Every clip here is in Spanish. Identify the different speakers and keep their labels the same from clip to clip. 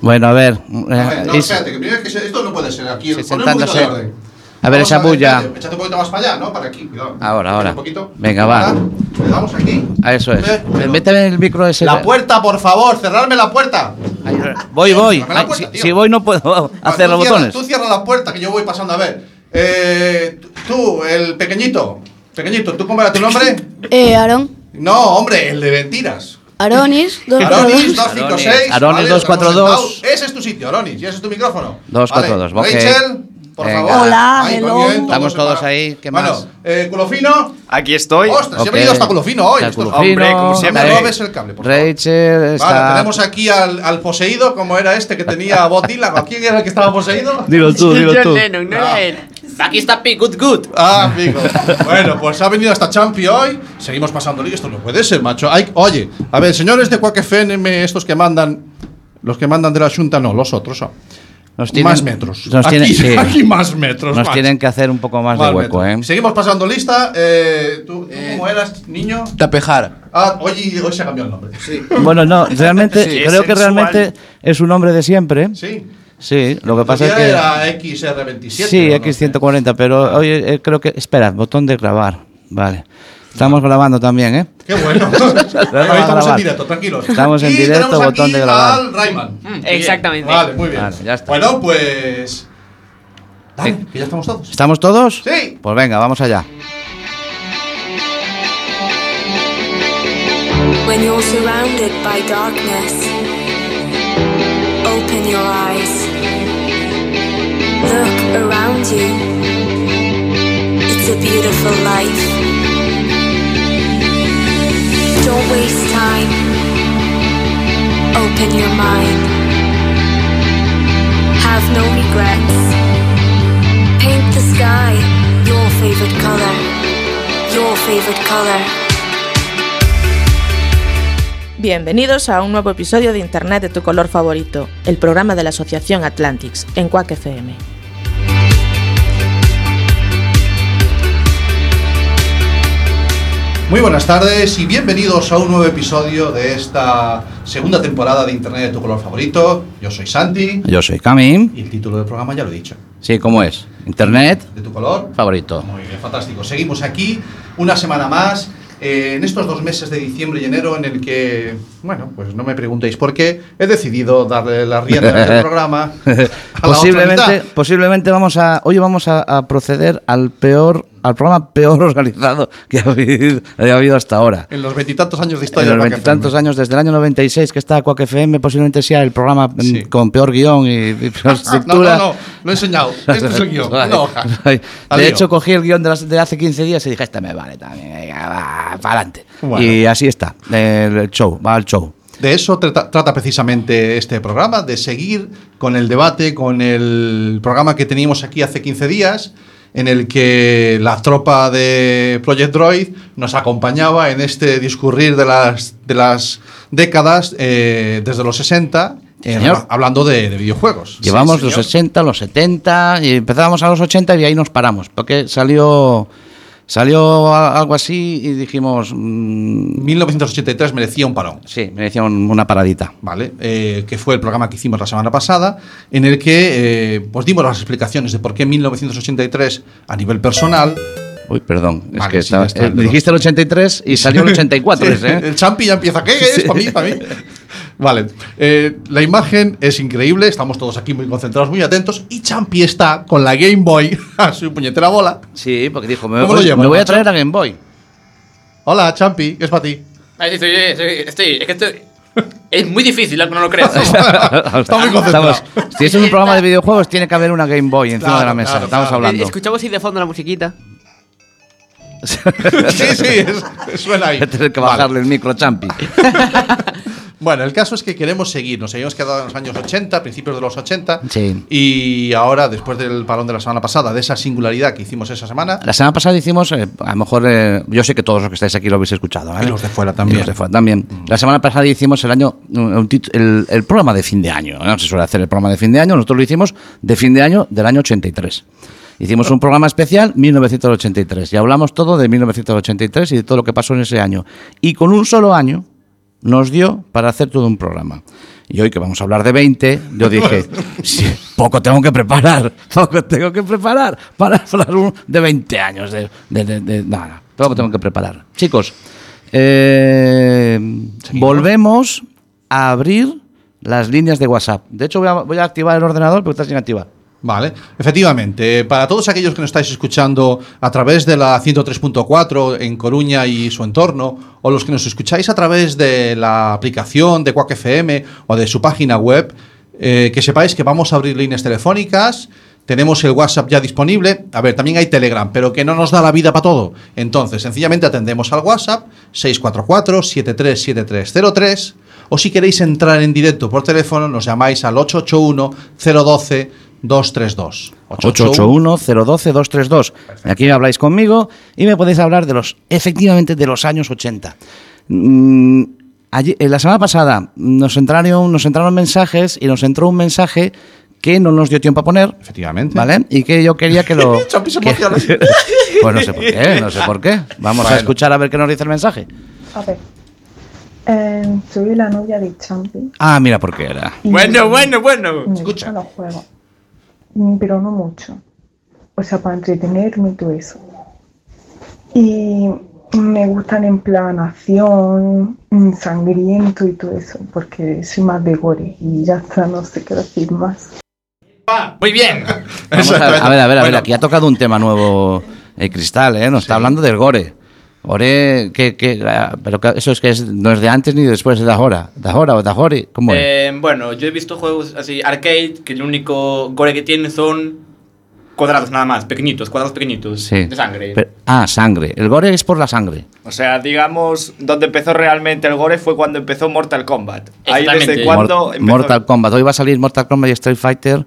Speaker 1: Bueno, a ver.
Speaker 2: A ver, no,
Speaker 1: eh,
Speaker 2: espérate, que primero que se- esto no puede ser aquí.
Speaker 1: Se
Speaker 2: Ponle un poquito
Speaker 1: sentándose.
Speaker 2: de orden.
Speaker 1: A ver,
Speaker 2: Vamos
Speaker 1: esa bulla.
Speaker 2: espérate, Echate un poquito más para allá, ¿no? Para aquí, cuidado.
Speaker 1: Ahora, ahora.
Speaker 2: Un poquito.
Speaker 1: Venga, va.
Speaker 2: Ahora, Le damos aquí.
Speaker 1: a eso es.
Speaker 2: Eh,
Speaker 1: Métame el micro ese.
Speaker 2: La puerta, por favor, cerrarme la puerta.
Speaker 1: Ahí, Voy, voy.
Speaker 2: Cerrame la
Speaker 1: Ay,
Speaker 2: puerta,
Speaker 1: si,
Speaker 2: tío.
Speaker 1: si voy no puedo hacer
Speaker 2: Va,
Speaker 1: los
Speaker 2: tú cierra-
Speaker 1: botones.
Speaker 2: Tú cierra la puerta que yo voy pasando a ver. Eh, tú, el pequeñito. Pequeñito, ¿tú cómo era tu nombre?
Speaker 3: Eh, Aarón.
Speaker 2: No, hombre, el de mentiras.
Speaker 3: Aronis, dos
Speaker 2: Aronis
Speaker 3: dos.
Speaker 1: Aronis,
Speaker 2: 256.
Speaker 1: Aronis,
Speaker 2: vale,
Speaker 1: 242.
Speaker 2: estamos sentados. Ese es tu sitio, Aronis, y ese es tu micrófono.
Speaker 1: 242,
Speaker 2: Vale,
Speaker 1: ok.
Speaker 2: Rachel, por
Speaker 1: Venga.
Speaker 2: favor.
Speaker 3: Hola,
Speaker 2: Ahí,
Speaker 3: hello.
Speaker 2: muy bien,
Speaker 1: Estamos todos
Speaker 2: separados.
Speaker 1: ahí, ¿qué
Speaker 2: bueno,
Speaker 1: más?
Speaker 2: eh, culo fino.
Speaker 4: Aquí estoy.
Speaker 2: Ostras, se
Speaker 1: Ok.
Speaker 2: ha venido hasta culo fino hoy.
Speaker 1: Está
Speaker 2: Esto es-
Speaker 1: Culofino,
Speaker 4: Hombre, como siempre.
Speaker 1: Rachel-
Speaker 2: No robes el cable, por favor.
Speaker 1: Rachel está.
Speaker 2: Vale, tenemos aquí al, al poseído, como era este que tenía botila. ¿Quién era el que estaba poseído?
Speaker 1: Dilo tú, dilo tú.
Speaker 4: Lennon, no era
Speaker 5: Ah.
Speaker 4: él. Aquí está P. Good Good.
Speaker 2: Ah, amigo. Bueno, pues ha venido hasta Champi hoy. Seguimos pasándole. Esto no puede ser, macho. Hay- oye, a ver, señores de Quack FM, estos que mandan. Los que mandan de la Junta, no, los otros. ah.
Speaker 1: Nos tienen-
Speaker 2: más metros.
Speaker 1: Nos, tienen,
Speaker 2: aquí,
Speaker 1: sí,
Speaker 2: aquí más metros.
Speaker 1: nos
Speaker 2: macho.
Speaker 1: tienen que hacer un poco más,
Speaker 2: Más
Speaker 1: de hueco,
Speaker 2: metros.
Speaker 1: ¿eh?
Speaker 2: Seguimos pasando lista. Eh, ¿tú, tú cómo eras, niño?
Speaker 6: Tapejar.
Speaker 2: Ah, hoy, hoy se ha cambiado el nombre. Sí.
Speaker 1: Bueno, no, realmente,
Speaker 4: Sí,
Speaker 1: creo
Speaker 4: es
Speaker 1: que
Speaker 4: sensual.
Speaker 1: realmente es un hombre de siempre.
Speaker 2: Sí.
Speaker 1: Sí, lo que pasa es
Speaker 2: Todavía
Speaker 1: que.
Speaker 2: era XR27.
Speaker 1: Sí,
Speaker 2: ¿no?
Speaker 1: X140, pero oye, eh, creo que. Esperad, botón de grabar. Vale. Estamos grabando también, ¿eh?
Speaker 2: Qué bueno.
Speaker 1: a
Speaker 2: estamos en
Speaker 1: grabar.
Speaker 2: directo, tranquilos.
Speaker 1: Estamos en
Speaker 2: Y
Speaker 1: directo,
Speaker 2: tenemos
Speaker 1: botón
Speaker 2: aquí
Speaker 1: de grabar.
Speaker 2: Al Rayman.
Speaker 5: Exactamente.
Speaker 2: Vale, muy bien.
Speaker 1: Vale, ya está.
Speaker 2: Bueno, pues. Dale,
Speaker 1: Sí.
Speaker 2: que ya estamos todos.
Speaker 1: ¿Estamos todos?
Speaker 2: Sí.
Speaker 1: Pues venga, vamos allá.
Speaker 7: When you're surrounded by darkness, open your eyes. Look around you. It's a beautiful life. Don't waste time. Open your mind. Have no regrets. Paint the sky your favorite color. Your favorite color.
Speaker 8: Bienvenidos a un nuevo episodio de Internet de tu color favorito, el programa de la Asociación Atlantics en Quack FM.
Speaker 2: Muy buenas tardes y bienvenidos a un nuevo episodio de esta segunda temporada de Internet de tu color favorito. Yo soy Santi
Speaker 1: Yo soy Camin.
Speaker 2: y el título del programa ya lo he dicho.
Speaker 1: Sí, ¿cómo es? Internet
Speaker 2: De tu color
Speaker 1: favorito.
Speaker 2: Muy bien, fantástico. Seguimos aquí una semana más. eh, en estos dos meses de diciembre y enero en el que, bueno, pues no me preguntéis por qué, he decidido darle las riendas del programa a la otra
Speaker 1: Posiblemente,
Speaker 2: mitad.
Speaker 1: posiblemente vamos a. Hoy vamos a, a proceder al peor. Al programa peor organizado que ha habido, haya habido hasta ahora.
Speaker 2: En los veintitantos años de historia.
Speaker 1: En los
Speaker 2: de Quack
Speaker 1: veintitantos
Speaker 2: FM.
Speaker 1: años, desde el año 96 que está Quack FM, posiblemente sea el programa mm,
Speaker 2: Sí.
Speaker 1: con peor guión y, y peor
Speaker 2: Ah, No,
Speaker 1: estructura.
Speaker 2: no, no, lo he enseñado. Este es el guión.
Speaker 1: Ay,
Speaker 2: Una hoja.
Speaker 1: ay.
Speaker 2: Al
Speaker 1: De
Speaker 2: lío.
Speaker 1: hecho, cogí el guión de, las- de hace 15 días y dije, este me vale también, para adelante.
Speaker 2: Bueno.
Speaker 1: Y así está, el show, va al show.
Speaker 2: De eso trata, trata precisamente este programa, de seguir con el debate, con el programa que teníamos aquí hace 15 días, en el que la tropa de Project Droid nos acompañaba en este discurrir de las, de las décadas eh, desde los 60, eh,
Speaker 1: Señor.
Speaker 2: hablando de, de videojuegos.
Speaker 1: Llevamos
Speaker 2: Sí,
Speaker 1: los
Speaker 2: señor.
Speaker 1: 60, los 70 y empezábamos a los 80 y ahí nos paramos, porque salió... Salió a- algo así y dijimos, mm,
Speaker 2: 1983 merecía un parón.
Speaker 1: sí, me decían una paradita.
Speaker 2: ¿vale? Eh, que fue el programa que hicimos la semana pasada, en el que eh, pues dimos las explicaciones de por qué 1983 a nivel personal.
Speaker 1: Uy, perdón, es
Speaker 2: Vale,
Speaker 1: que
Speaker 2: sí, ya
Speaker 1: estaba-
Speaker 2: está,
Speaker 1: eh,
Speaker 2: perdón.
Speaker 1: dijiste el 83 y salió el 84.
Speaker 2: Sí,
Speaker 1: ¿eh?
Speaker 2: El champi ya empieza, ¿qué es? Para mí, para mí. Vale, eh, la imagen es increíble, estamos todos aquí muy concentrados, muy atentos, y Champi está con la Game Boy a su puñetera bola.
Speaker 1: Sí, porque dijo, me,
Speaker 2: ¿Cómo lo
Speaker 1: voy-
Speaker 2: llevas,
Speaker 1: me voy a
Speaker 2: macho?
Speaker 1: traer a Game Boy.
Speaker 2: Hola, Champi, ¿qué es para ti?
Speaker 5: Ahí estoy, eh, estoy, estoy- es que estoy. Es muy difícil, aunque no lo creas. eh.
Speaker 2: Está muy concentrado.
Speaker 1: Estamos- si es un programa de videojuegos, tiene que haber una Game Boy encima
Speaker 2: Claro,
Speaker 1: de la mesa.
Speaker 2: claro,
Speaker 1: Estamos
Speaker 2: claro.
Speaker 1: hablando.
Speaker 5: Escuchamos ahí de fondo la musiquita.
Speaker 2: Sí, sí, es- suena ahí.
Speaker 1: Voy a tener que
Speaker 2: Vale.
Speaker 1: bajarle el micro champi.
Speaker 2: Bueno, el caso es que queremos seguir. Nos habíamos quedado en los años 80, principios de los 80.
Speaker 1: Sí.
Speaker 2: Y ahora, después del parón de la semana pasada, de esa singularidad que hicimos esa semana.
Speaker 1: La semana pasada hicimos, eh, a lo mejor, eh, yo sé que todos los que estáis aquí lo habéis escuchado. ¿vale?
Speaker 2: Y los de fuera también. Mm.
Speaker 1: Y los de fuera también. La semana pasada hicimos el año, un tit- el, el programa de fin de año. No se suele hacer el programa de fin de año, nosotros lo hicimos de fin de año del año 83. Hicimos un programa especial 1983 y hablamos todo de 1983 y de todo lo que pasó en ese año. Y con un solo año, nos dio para hacer todo un programa. Y hoy que vamos a hablar de 20, yo dije, "Sí, poco tengo que preparar, poco tengo que preparar para hablar un- de 20 años. De, de- de- de- nada, poco tengo que preparar. Chicos, eh, volvemos a abrir las líneas de WhatsApp. De hecho, voy a, voy a activar el ordenador porque está sin activar.
Speaker 2: Vale, efectivamente, eh, para todos aquellos que nos estáis escuchando a través de la 103.4 en Coruña y su entorno, o los que nos escucháis a través de la aplicación de Quack FM o de su página web, eh, que sepáis que vamos a abrir líneas telefónicas, tenemos el WhatsApp ya disponible, a ver, también hay Telegram, pero que no nos da la vida para todo. Entonces, sencillamente atendemos al WhatsApp 644-737303. O si queréis entrar en directo por teléfono, nos llamáis al 881-012-232.
Speaker 1: 881-012-232. Aquí habláis conmigo y me podéis hablar de los, efectivamente, de los años 80. Mm, allí- eh, la semana pasada nos entraron, nos entraron mensajes y nos entró un mensaje que no nos dio tiempo a poner,
Speaker 2: Efectivamente.
Speaker 1: ¿vale? Y que yo quería que lo...
Speaker 2: Champis
Speaker 1: que-
Speaker 2: emociones.
Speaker 1: pues no sé por qué, no sé por qué. Vamos a
Speaker 2: Bueno.
Speaker 1: escuchar a ver qué nos dice el mensaje.
Speaker 6: A ver. Eh, soy la novia de Champi.
Speaker 1: Ah, mira por qué era.
Speaker 6: y
Speaker 4: Bueno, bueno, bueno.
Speaker 6: Me gustan los juegos. Mm, Pero no mucho. O sea, para entretenerme y todo eso. Y me gustan en plan acción, mm, sangriento y todo eso. Porque soy más de gore. Y ya está, no sé qué decir más.
Speaker 4: Muy bien.
Speaker 1: Vamos a, a ver,
Speaker 2: Exactamente.
Speaker 1: a ver, a ver,
Speaker 2: Bueno.
Speaker 1: aquí ha tocado un tema nuevo eh, Cristal, ¿eh? Nos está hablando del gore. Gore, que, que, ah, pero que eso es que es- no es de antes ni después, es de ahora. ¿De ahora o de ahora? ¿Cómo es?
Speaker 5: Eh, bueno, yo he visto juegos así, arcade, que el único gore que tienen son cuadrados nada más, pequeñitos, cuadrados pequeñitos
Speaker 1: Sí.
Speaker 5: de sangre.
Speaker 1: Pero- ah, sangre. El gore es por la sangre.
Speaker 9: O sea, digamos, donde empezó realmente el gore fue cuando empezó Mortal Kombat. Ahí
Speaker 5: Exactamente.
Speaker 9: desde cuando
Speaker 1: Mor-
Speaker 9: empezó.
Speaker 1: Mortal Kombat. Hoy va a salir Mortal Kombat y Street Fighter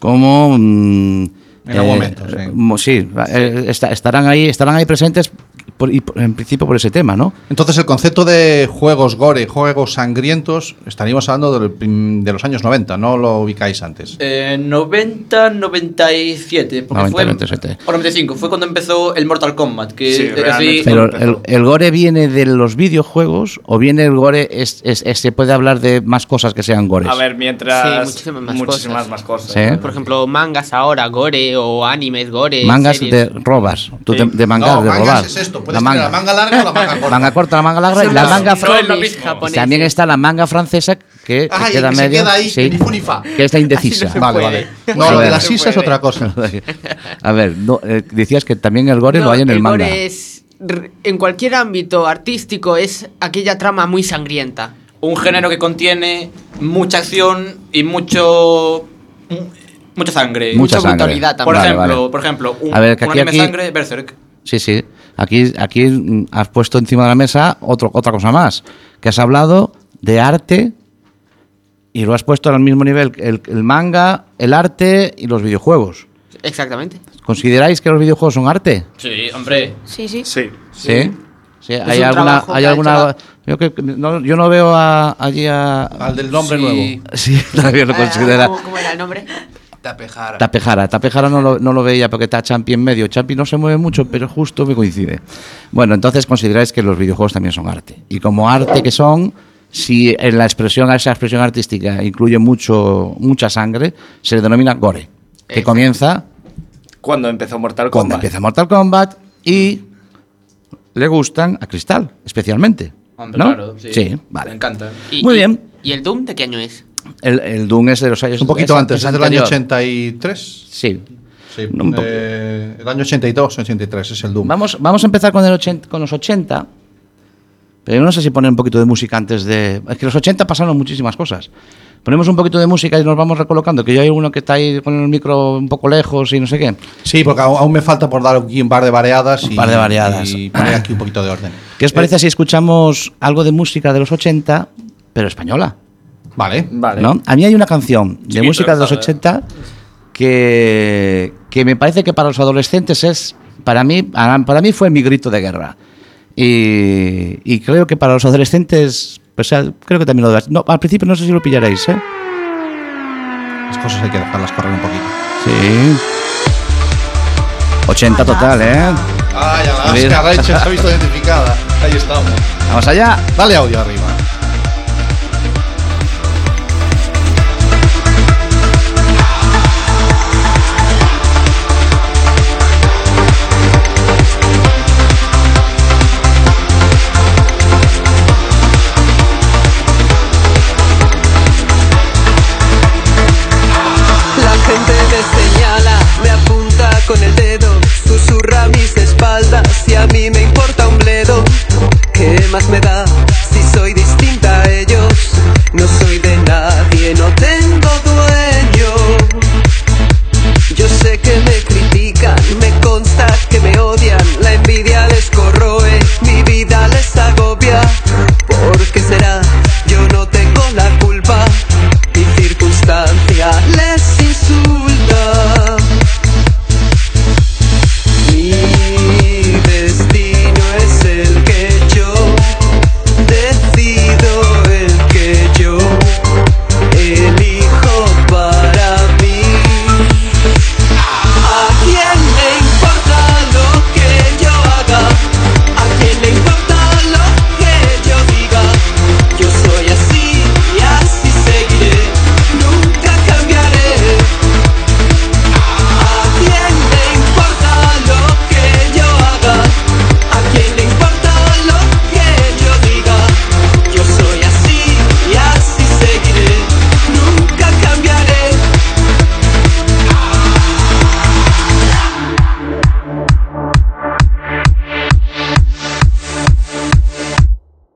Speaker 1: como... mm,
Speaker 2: En algún momento, sí.
Speaker 1: mo- va- eh, esta- estarán, ahí, estarán ahí presentes por- y por- en principio por ese tema, ¿no?
Speaker 2: Entonces, el concepto de juegos gore, juegos sangrientos, estaríamos hablando del prim- de los años 90, no lo ubicáis antes.
Speaker 5: Eh, 90, 97, porque
Speaker 1: 90,
Speaker 5: fue,
Speaker 1: 97.
Speaker 5: o 95, fue cuando empezó el Mortal Kombat, que
Speaker 9: Sí,
Speaker 5: era
Speaker 9: realmente
Speaker 5: así,
Speaker 9: fue-
Speaker 1: Pero el,
Speaker 9: empezó.
Speaker 1: el gore viene de los videojuegos o viene el gore es, es- es- se puede hablar de más cosas que sean gores. ¿Eh?
Speaker 9: A ver, mientras.
Speaker 10: Sí, muchísimas más
Speaker 9: muchísimas
Speaker 10: cosas.
Speaker 9: más cosas.
Speaker 1: Sí.
Speaker 10: Por ejemplo, mangas ahora, gore o animes, gore.
Speaker 1: mangas
Speaker 10: series.
Speaker 1: de robas, tú te- de mangar,
Speaker 2: no,
Speaker 1: de
Speaker 2: mangas
Speaker 1: robar.
Speaker 2: es esto.
Speaker 1: la
Speaker 2: Puedes
Speaker 1: manga.
Speaker 2: tener la manga larga o la manga corta.
Speaker 1: Manga corta, la manga larga y
Speaker 10: Son
Speaker 1: la
Speaker 10: los
Speaker 1: manga
Speaker 10: trolis
Speaker 1: fran-
Speaker 10: japoneses.
Speaker 1: y También está la manga francesa que, que
Speaker 2: Ay,
Speaker 1: queda
Speaker 2: que se
Speaker 1: medio-
Speaker 2: queda ahí,
Speaker 1: sí,
Speaker 2: que ni fu ni fa.
Speaker 1: que está indecisa.
Speaker 10: se
Speaker 2: vale,
Speaker 10: puede.
Speaker 2: vale.
Speaker 1: A
Speaker 2: No, lo de
Speaker 1: ver.
Speaker 2: las sisa es
Speaker 9: puede.
Speaker 2: otra cosa.
Speaker 1: A ver, no, eh, decías que también el gore
Speaker 10: No,
Speaker 1: lo hay en el, manga.
Speaker 10: gore es, r- en cualquier ámbito artístico es aquella trama muy sangrienta.
Speaker 5: un género que contiene mucha acción y mucho... mu- mucha sangre.
Speaker 1: Mucha
Speaker 10: mucha
Speaker 1: sangre.
Speaker 10: brutalidad también.
Speaker 5: Por,
Speaker 1: Vale,
Speaker 5: ejemplo,
Speaker 1: vale.
Speaker 5: por ejemplo, un,
Speaker 1: A ver, que
Speaker 5: un
Speaker 1: aquí-
Speaker 5: anime
Speaker 1: aquí-
Speaker 5: sangre, Berserk.
Speaker 1: Sí, sí. Aquí, aquí mm, has puesto encima de la mesa otro, otra cosa más. Que has hablado de arte y lo has puesto al mismo nivel el, el manga, el arte y los videojuegos.
Speaker 10: Exactamente.
Speaker 1: ¿Consideráis que los videojuegos son arte?
Speaker 5: Sí, hombre.
Speaker 3: Sí, sí.
Speaker 9: Sí.
Speaker 1: Sí. Sí, hay
Speaker 10: un
Speaker 1: alguna,
Speaker 10: trabajo
Speaker 1: hay
Speaker 10: que ha
Speaker 1: alguna.
Speaker 10: hecho
Speaker 1: Yo, que- no, yo no veo a, allí a.
Speaker 2: Al del nombre
Speaker 5: Sí.
Speaker 2: nuevo.
Speaker 1: Sí, nadie lo
Speaker 10: Ah,
Speaker 1: considera.
Speaker 10: ¿cómo, cómo era el nombre?
Speaker 4: Tapejar.
Speaker 1: Tapejara, Tapejara no lo, no lo veía porque está Champi en medio. Champi no se mueve mucho, pero justo me coincide. Bueno, entonces consideráis que los videojuegos también son arte. Y como arte que son, si en la expresión, esa expresión artística incluye mucho, mucha sangre, se le denomina gore. Que
Speaker 10: Exacto.
Speaker 1: comienza
Speaker 9: Cuando empezó Mortal Kombat.
Speaker 1: cuando empieza Mortal Kombat y le gustan a Cristal, especialmente.
Speaker 5: Hombre,
Speaker 1: ¿no?
Speaker 5: claro, sí.
Speaker 1: vale.
Speaker 5: Me encanta.
Speaker 10: Y-
Speaker 1: Muy
Speaker 10: y-
Speaker 1: bien.
Speaker 10: ¿Y el Doom de qué año es?
Speaker 1: El, el Doom es de los años.
Speaker 2: Un poquito
Speaker 1: es-
Speaker 2: antes,
Speaker 1: es
Speaker 2: es del año
Speaker 1: anterior.
Speaker 2: 83.
Speaker 1: Sí.
Speaker 2: Sí,
Speaker 1: Un po-
Speaker 2: eh, el año 82, 83 es el Doom.
Speaker 1: Vamos, vamos a empezar con, el 80 con los 80. Pero yo no sé si poner un poquito de música antes de. Es que los 80 pasaron muchísimas cosas. Ponemos un poquito de música y nos vamos recolocando. Que yo hay uno que está ahí con el micro un poco lejos y no sé qué.
Speaker 2: Sí, porque aún aún me falta por dar aquí un par de variadas.
Speaker 1: Un
Speaker 2: y-
Speaker 1: par de variadas.
Speaker 2: Y poner aquí un poquito de orden.
Speaker 1: ¿Qué os parece si escuchamos algo de música de los 80, pero española?
Speaker 2: Eh, Vale.
Speaker 9: Vale.
Speaker 1: ¿no? A mí hay una canción de
Speaker 5: Chiquito,
Speaker 1: música de los
Speaker 5: ¿sabes?
Speaker 1: 80 que, que me parece que para los adolescentes es, para mí, para para mí fue mi grito de guerra. Y, y creo que para los adolescentes, o sea, creo que también lo debas- No, al principio no sé si lo pillaréis, ¿eh?
Speaker 2: Las cosas hay que dejarlas correr un poquito.
Speaker 1: Sí. 80 total, ¿eh?
Speaker 2: Ay,
Speaker 1: Mira.
Speaker 2: Alaska Rachel se ha visto identificada. Ahí estamos.
Speaker 1: Vamos allá.
Speaker 2: Dale audio arriba.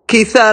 Speaker 11: Quizá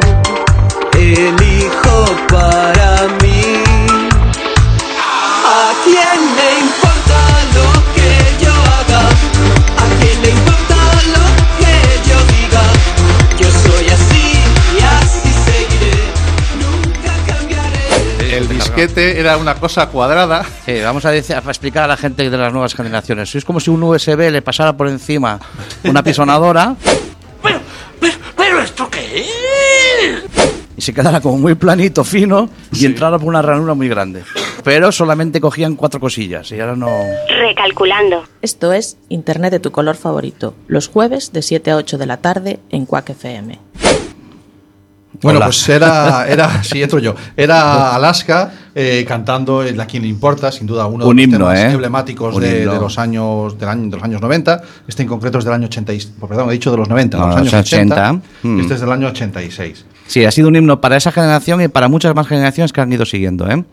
Speaker 11: elijo para mí. ¿A quién le importa lo que yo haga? ¿A quién le importa lo que yo diga? Yo soy así y así seguiré.
Speaker 2: El disquete era una cosa cuadrada.
Speaker 1: Sí, vamos a, decir- a explicar a la gente de las nuevas generaciones. Es como si un USB le pasara por encima una pisonadora
Speaker 12: ¿Pero esto qué es?
Speaker 1: y se quedara como muy planito, fino y entrara por una ranura muy grande. Pero solamente cogían cuatro cosillas y ahora no.
Speaker 8: Recalculando. Esto es Internet de tu color favorito, los jueves de 7 a 8 de la tarde en Quack FM.
Speaker 2: Bueno, pues era, era, sí, entro yo. Era Alaska eh, cantando en La Quien Le Importa, sin duda uno de
Speaker 1: Un
Speaker 2: los
Speaker 1: himno,
Speaker 2: temas
Speaker 1: ¿eh?
Speaker 2: emblemáticos
Speaker 1: Un
Speaker 2: de, de
Speaker 1: himno.
Speaker 2: los años, del año, de los años 90. Este en concreto es del año 80, y- perdón, he dicho de los 90, de
Speaker 1: No,
Speaker 2: los años 80.
Speaker 1: 80. Mm.
Speaker 2: Este es del año 86.
Speaker 1: Sí, ha sido un himno para esa generación y para muchas más generaciones que han ido siguiendo, ¿eh?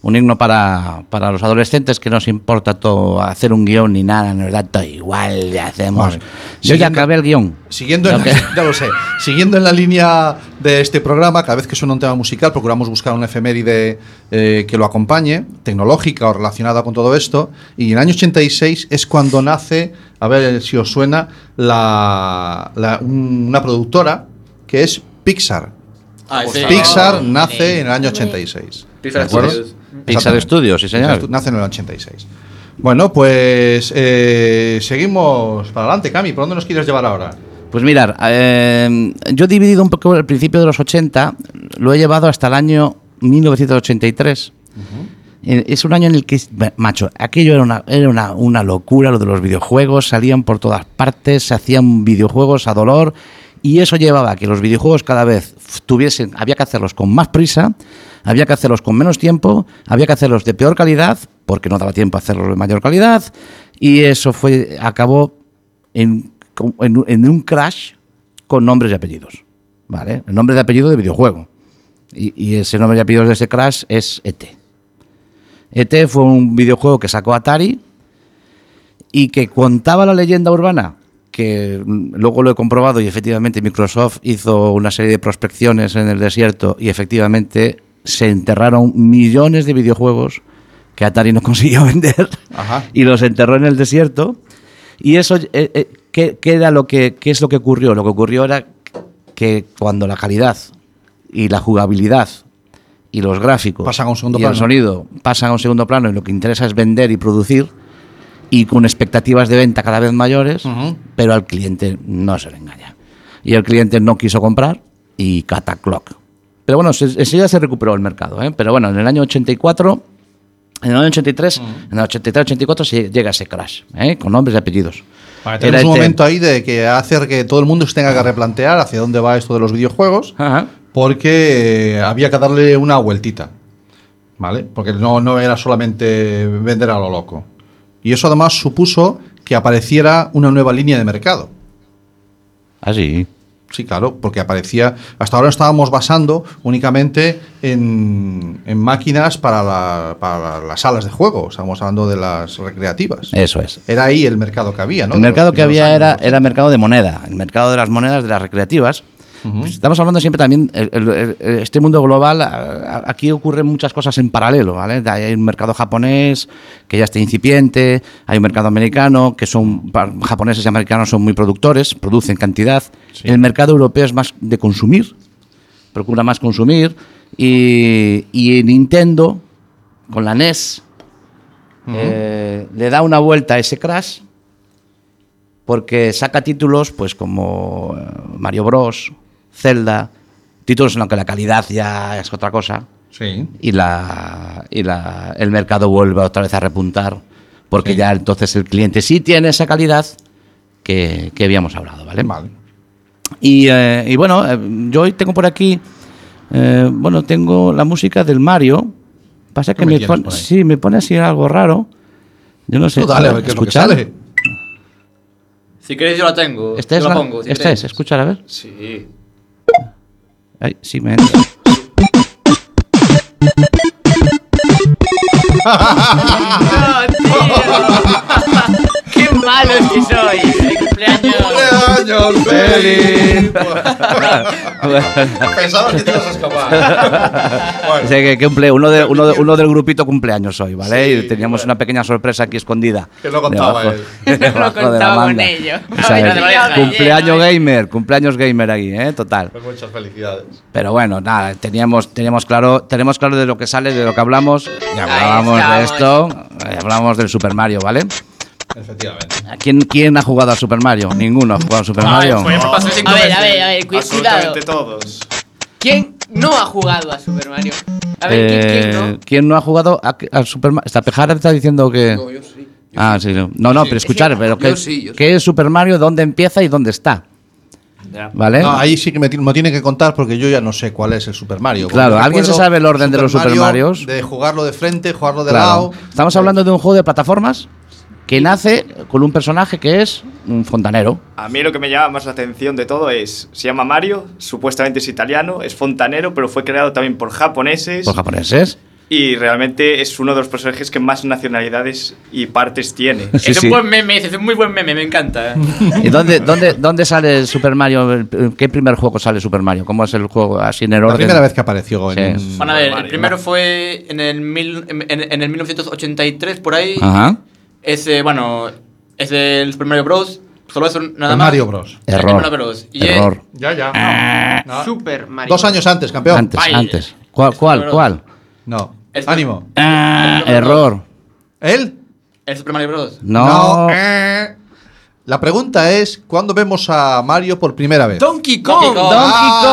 Speaker 1: Un himno para, para los adolescentes que no nos importa todo hacer un guión ni nada, nos da todo igual, le hacemos.
Speaker 2: Vale.
Speaker 1: Yo
Speaker 2: Siguiendo-
Speaker 1: ya acabé el guión.
Speaker 2: Siguiendo en,
Speaker 1: Lo
Speaker 2: la, ya lo sé. Siguiendo en la línea de este programa, cada vez que suena un tema musical, procuramos buscar una efeméride eh, que lo acompañe, tecnológica o relacionada con todo esto. Y en el año 86 es cuando nace, a ver si os suena, la, la- un- una productora que es Pixar.
Speaker 5: Ah, sí.
Speaker 2: Pixar
Speaker 5: Oh,
Speaker 2: nace
Speaker 5: sí.
Speaker 2: en el año 86.
Speaker 5: Pixar
Speaker 2: ¿De acuerdo?
Speaker 5: Studios.
Speaker 2: Exactamente.
Speaker 1: Pixar Studios, sí, señor.
Speaker 2: Pixar Stu- Nace en el 86. Bueno, pues eh, seguimos para adelante, Cami. ¿Por dónde nos quieres llevar ahora?
Speaker 1: Pues mirar, eh, yo he dividido un poco el principio de los 80, lo he llevado hasta el año 1983. Eh, Es un año en el que, macho, aquello era, una, era una, una locura, lo de los videojuegos, salían por todas partes, se hacían videojuegos a dolor, y eso llevaba a que los videojuegos cada vez f- tuviesen, había que hacerlos con más prisa, había que hacerlos con menos tiempo, había que hacerlos de peor calidad, porque no daba tiempo a hacerlos de mayor calidad, y eso fue, acabó en, con- en un- en un crash con nombres y apellidos, ¿vale? El nombre de apellido de videojuego. Y, y ese nombre y apellido de ese crash es E ET. ET fue un videojuego que sacó Atari y que contaba la leyenda urbana, que mm, luego lo he comprobado y efectivamente Microsoft hizo una serie de prospecciones en el desierto y efectivamente se enterraron millones de videojuegos que Atari no consiguió vender
Speaker 2: Ajá.
Speaker 1: y los enterró en el desierto. Y eso, eh, eh, ¿qué, qué era lo que, ¿qué es lo que ocurrió? Lo que ocurrió era que cuando la calidad y la jugabilidad y los gráficos
Speaker 2: Pasan a un segundo
Speaker 1: y
Speaker 2: plano.
Speaker 1: el sonido pasan a un segundo plano y lo que interesa es vender y producir y con expectativas de venta cada vez mayores, pero al cliente no se le engaña. Y el cliente no quiso comprar y cataclock. Pero bueno, se- enseguida se recuperó el mercado. ¿eh? Pero bueno, en el año 84, en el año 83, en el 83-84 se llega ese crash, ¿eh? con nombres y apellidos.
Speaker 2: Vale,
Speaker 1: Era
Speaker 2: tenemos un
Speaker 1: este-
Speaker 2: momento ahí de que hacer que todo el mundo se tenga que replantear hacia dónde va esto de los videojuegos, porque eh, había que darle una vueltita, ¿vale? Porque no, no era solamente vender a lo loco. Y eso además supuso que apareciera una nueva línea de mercado.
Speaker 1: Ah, sí.
Speaker 2: Sí, claro, porque aparecía. Hasta ahora estábamos basando únicamente en, en máquinas para, la- para las salas de juego. Estábamos hablando de las recreativas.
Speaker 1: Eso es.
Speaker 2: Era ahí el mercado que había, ¿no?
Speaker 1: Eh. El
Speaker 2: De los
Speaker 1: mercado que
Speaker 2: primeros
Speaker 1: había
Speaker 2: años.
Speaker 1: era, era mercado de moneda, el mercado de las monedas de las recreativas. Pues Estamos hablando siempre también, el- el- el- este mundo global, a- a- aquí ocurren muchas cosas en paralelo, ¿vale? Hay un mercado japonés que ya está incipiente, hay un mercado americano que son, pa- japoneses y americanos son muy productores, producen cantidad. El mercado europeo es más de consumir, procura más consumir. Y, y Nintendo, con la NES, eh, le da una vuelta a ese crash porque saca títulos pues como eh, Mario Bros, Zelda, títulos en los que la calidad ya es otra cosa
Speaker 2: Sí.
Speaker 1: y, la, y la- el mercado vuelve otra vez a repuntar porque ya entonces el cliente sí tiene esa calidad que, que habíamos hablado, ¿vale? Y, eh, y bueno, eh, yo hoy tengo por aquí, eh, bueno, tengo la música del Mario Pasa
Speaker 2: ¿Qué
Speaker 1: que
Speaker 2: me
Speaker 1: me,
Speaker 2: tienes
Speaker 1: pone,
Speaker 2: por ahí?
Speaker 1: sí, me pone así algo raro. Yo no sé.
Speaker 2: Tú dale, a ver qué es lo que
Speaker 1: Escuchad.
Speaker 2: sale.
Speaker 5: Si queréis yo la tengo. yo
Speaker 1: Esta Este es
Speaker 5: la
Speaker 1: la-
Speaker 5: pongo. si
Speaker 1: esta
Speaker 5: queréis.
Speaker 1: es, escuchar, a ver.
Speaker 5: Sí.
Speaker 1: Ay, sí, me entra.
Speaker 12: ¡Qué malos que sois! ¡Cumpleaños!
Speaker 2: ¡Cumpleaños feliz!
Speaker 12: Pensaba que te ibas a escapar.
Speaker 1: O sea, que, que cumple- uno, de- uno de- uno del grupito cumpleaños hoy, ¿vale? y teníamos una pequeña sorpresa aquí escondida.
Speaker 2: Que lo contaba
Speaker 1: debajo-
Speaker 2: él.
Speaker 1: debajo
Speaker 12: Lo
Speaker 1: de la
Speaker 12: contaba con
Speaker 1: manga.
Speaker 12: ello.
Speaker 1: O sea,
Speaker 12: Mira, de verdad,
Speaker 1: cumpleaños gamer, cumpleaños gamer aquí, ¿eh? Total.
Speaker 2: Pues muchas felicidades.
Speaker 1: Pero bueno, nada, teníamos, teníamos, claro, tenemos claro de lo que sale, de lo que hablamos. Y hablábamos de esto, eh, hablamos del Super Mario, ¿vale?
Speaker 2: Efectivamente.
Speaker 1: ¿A ¿Quién, ¿Quién ha jugado a Super Mario? Ninguno ha jugado a Super Mario.
Speaker 12: pues
Speaker 10: A ver, a ver, a ver, cu- cuidado.
Speaker 9: Absolutamente todos.
Speaker 10: ¿Quién no ha jugado a Super Mario? A ver, ¿quién, quién no?
Speaker 1: Eh, ¿Quién no ha jugado a- al Super Mario? Esta pejara está diciendo que...
Speaker 10: No, yo sí.
Speaker 1: Ah, sí. No, no, no pero escuchar, pero ¿qué,
Speaker 2: sí, yo
Speaker 1: qué es Super Mario? ¿Dónde empieza y dónde está? ¿Vale?
Speaker 2: No, ahí sí que me, ti- me tiene que contar porque yo ya no sé cuál es el Super Mario.
Speaker 1: Claro,
Speaker 2: Porque
Speaker 1: ¿alguien se
Speaker 2: recuerdo
Speaker 1: sabe el orden de los Super Marios?
Speaker 2: De jugarlo de frente, jugarlo de
Speaker 1: Claro.
Speaker 2: lado.
Speaker 1: Estamos hablando de un juego de plataformas que nace con un personaje que es un fontanero.
Speaker 9: A mí lo que me llama más la atención de todo es, se llama Mario, supuestamente es italiano, es fontanero, pero fue creado también por japoneses.
Speaker 1: Por japoneses.
Speaker 9: Y realmente es uno de los personajes que más nacionalidades y partes tiene.
Speaker 1: Sí, Es un sí. buen
Speaker 9: meme, es un muy buen meme, me encanta.
Speaker 1: ¿Y dónde, dónde, dónde sale Super Mario? El- ¿Qué primer juego sale Super Mario? ¿Cómo es el juego así en el orden?
Speaker 2: primera vez que apareció en-
Speaker 1: Sí.
Speaker 5: Van a ver, el primero fue en el, mil- en, en- en el 1983, por ahí.
Speaker 1: Ajá.
Speaker 5: Ese, bueno, es el Super Mario Bros. Solo eso, nada
Speaker 2: El
Speaker 5: más.
Speaker 2: Mario Bros.
Speaker 5: El
Speaker 1: Error.
Speaker 5: Mario Bros. Y
Speaker 1: Error.
Speaker 5: es-
Speaker 2: Ya, ya. No.
Speaker 10: Super Mario.
Speaker 2: Dos años antes, campeón.
Speaker 1: Antes, antes. ¿Cuál, cuál,
Speaker 5: Bros.
Speaker 1: cuál?
Speaker 2: No.
Speaker 5: El-
Speaker 2: Ánimo.
Speaker 1: Ah, error.
Speaker 2: ¿Él?
Speaker 5: El Super Mario Bros.
Speaker 1: No.
Speaker 2: eh. La pregunta es, ¿cuándo vemos a Mario por primera vez?
Speaker 10: Donkey
Speaker 5: Kong.
Speaker 2: Ah,
Speaker 1: Donkey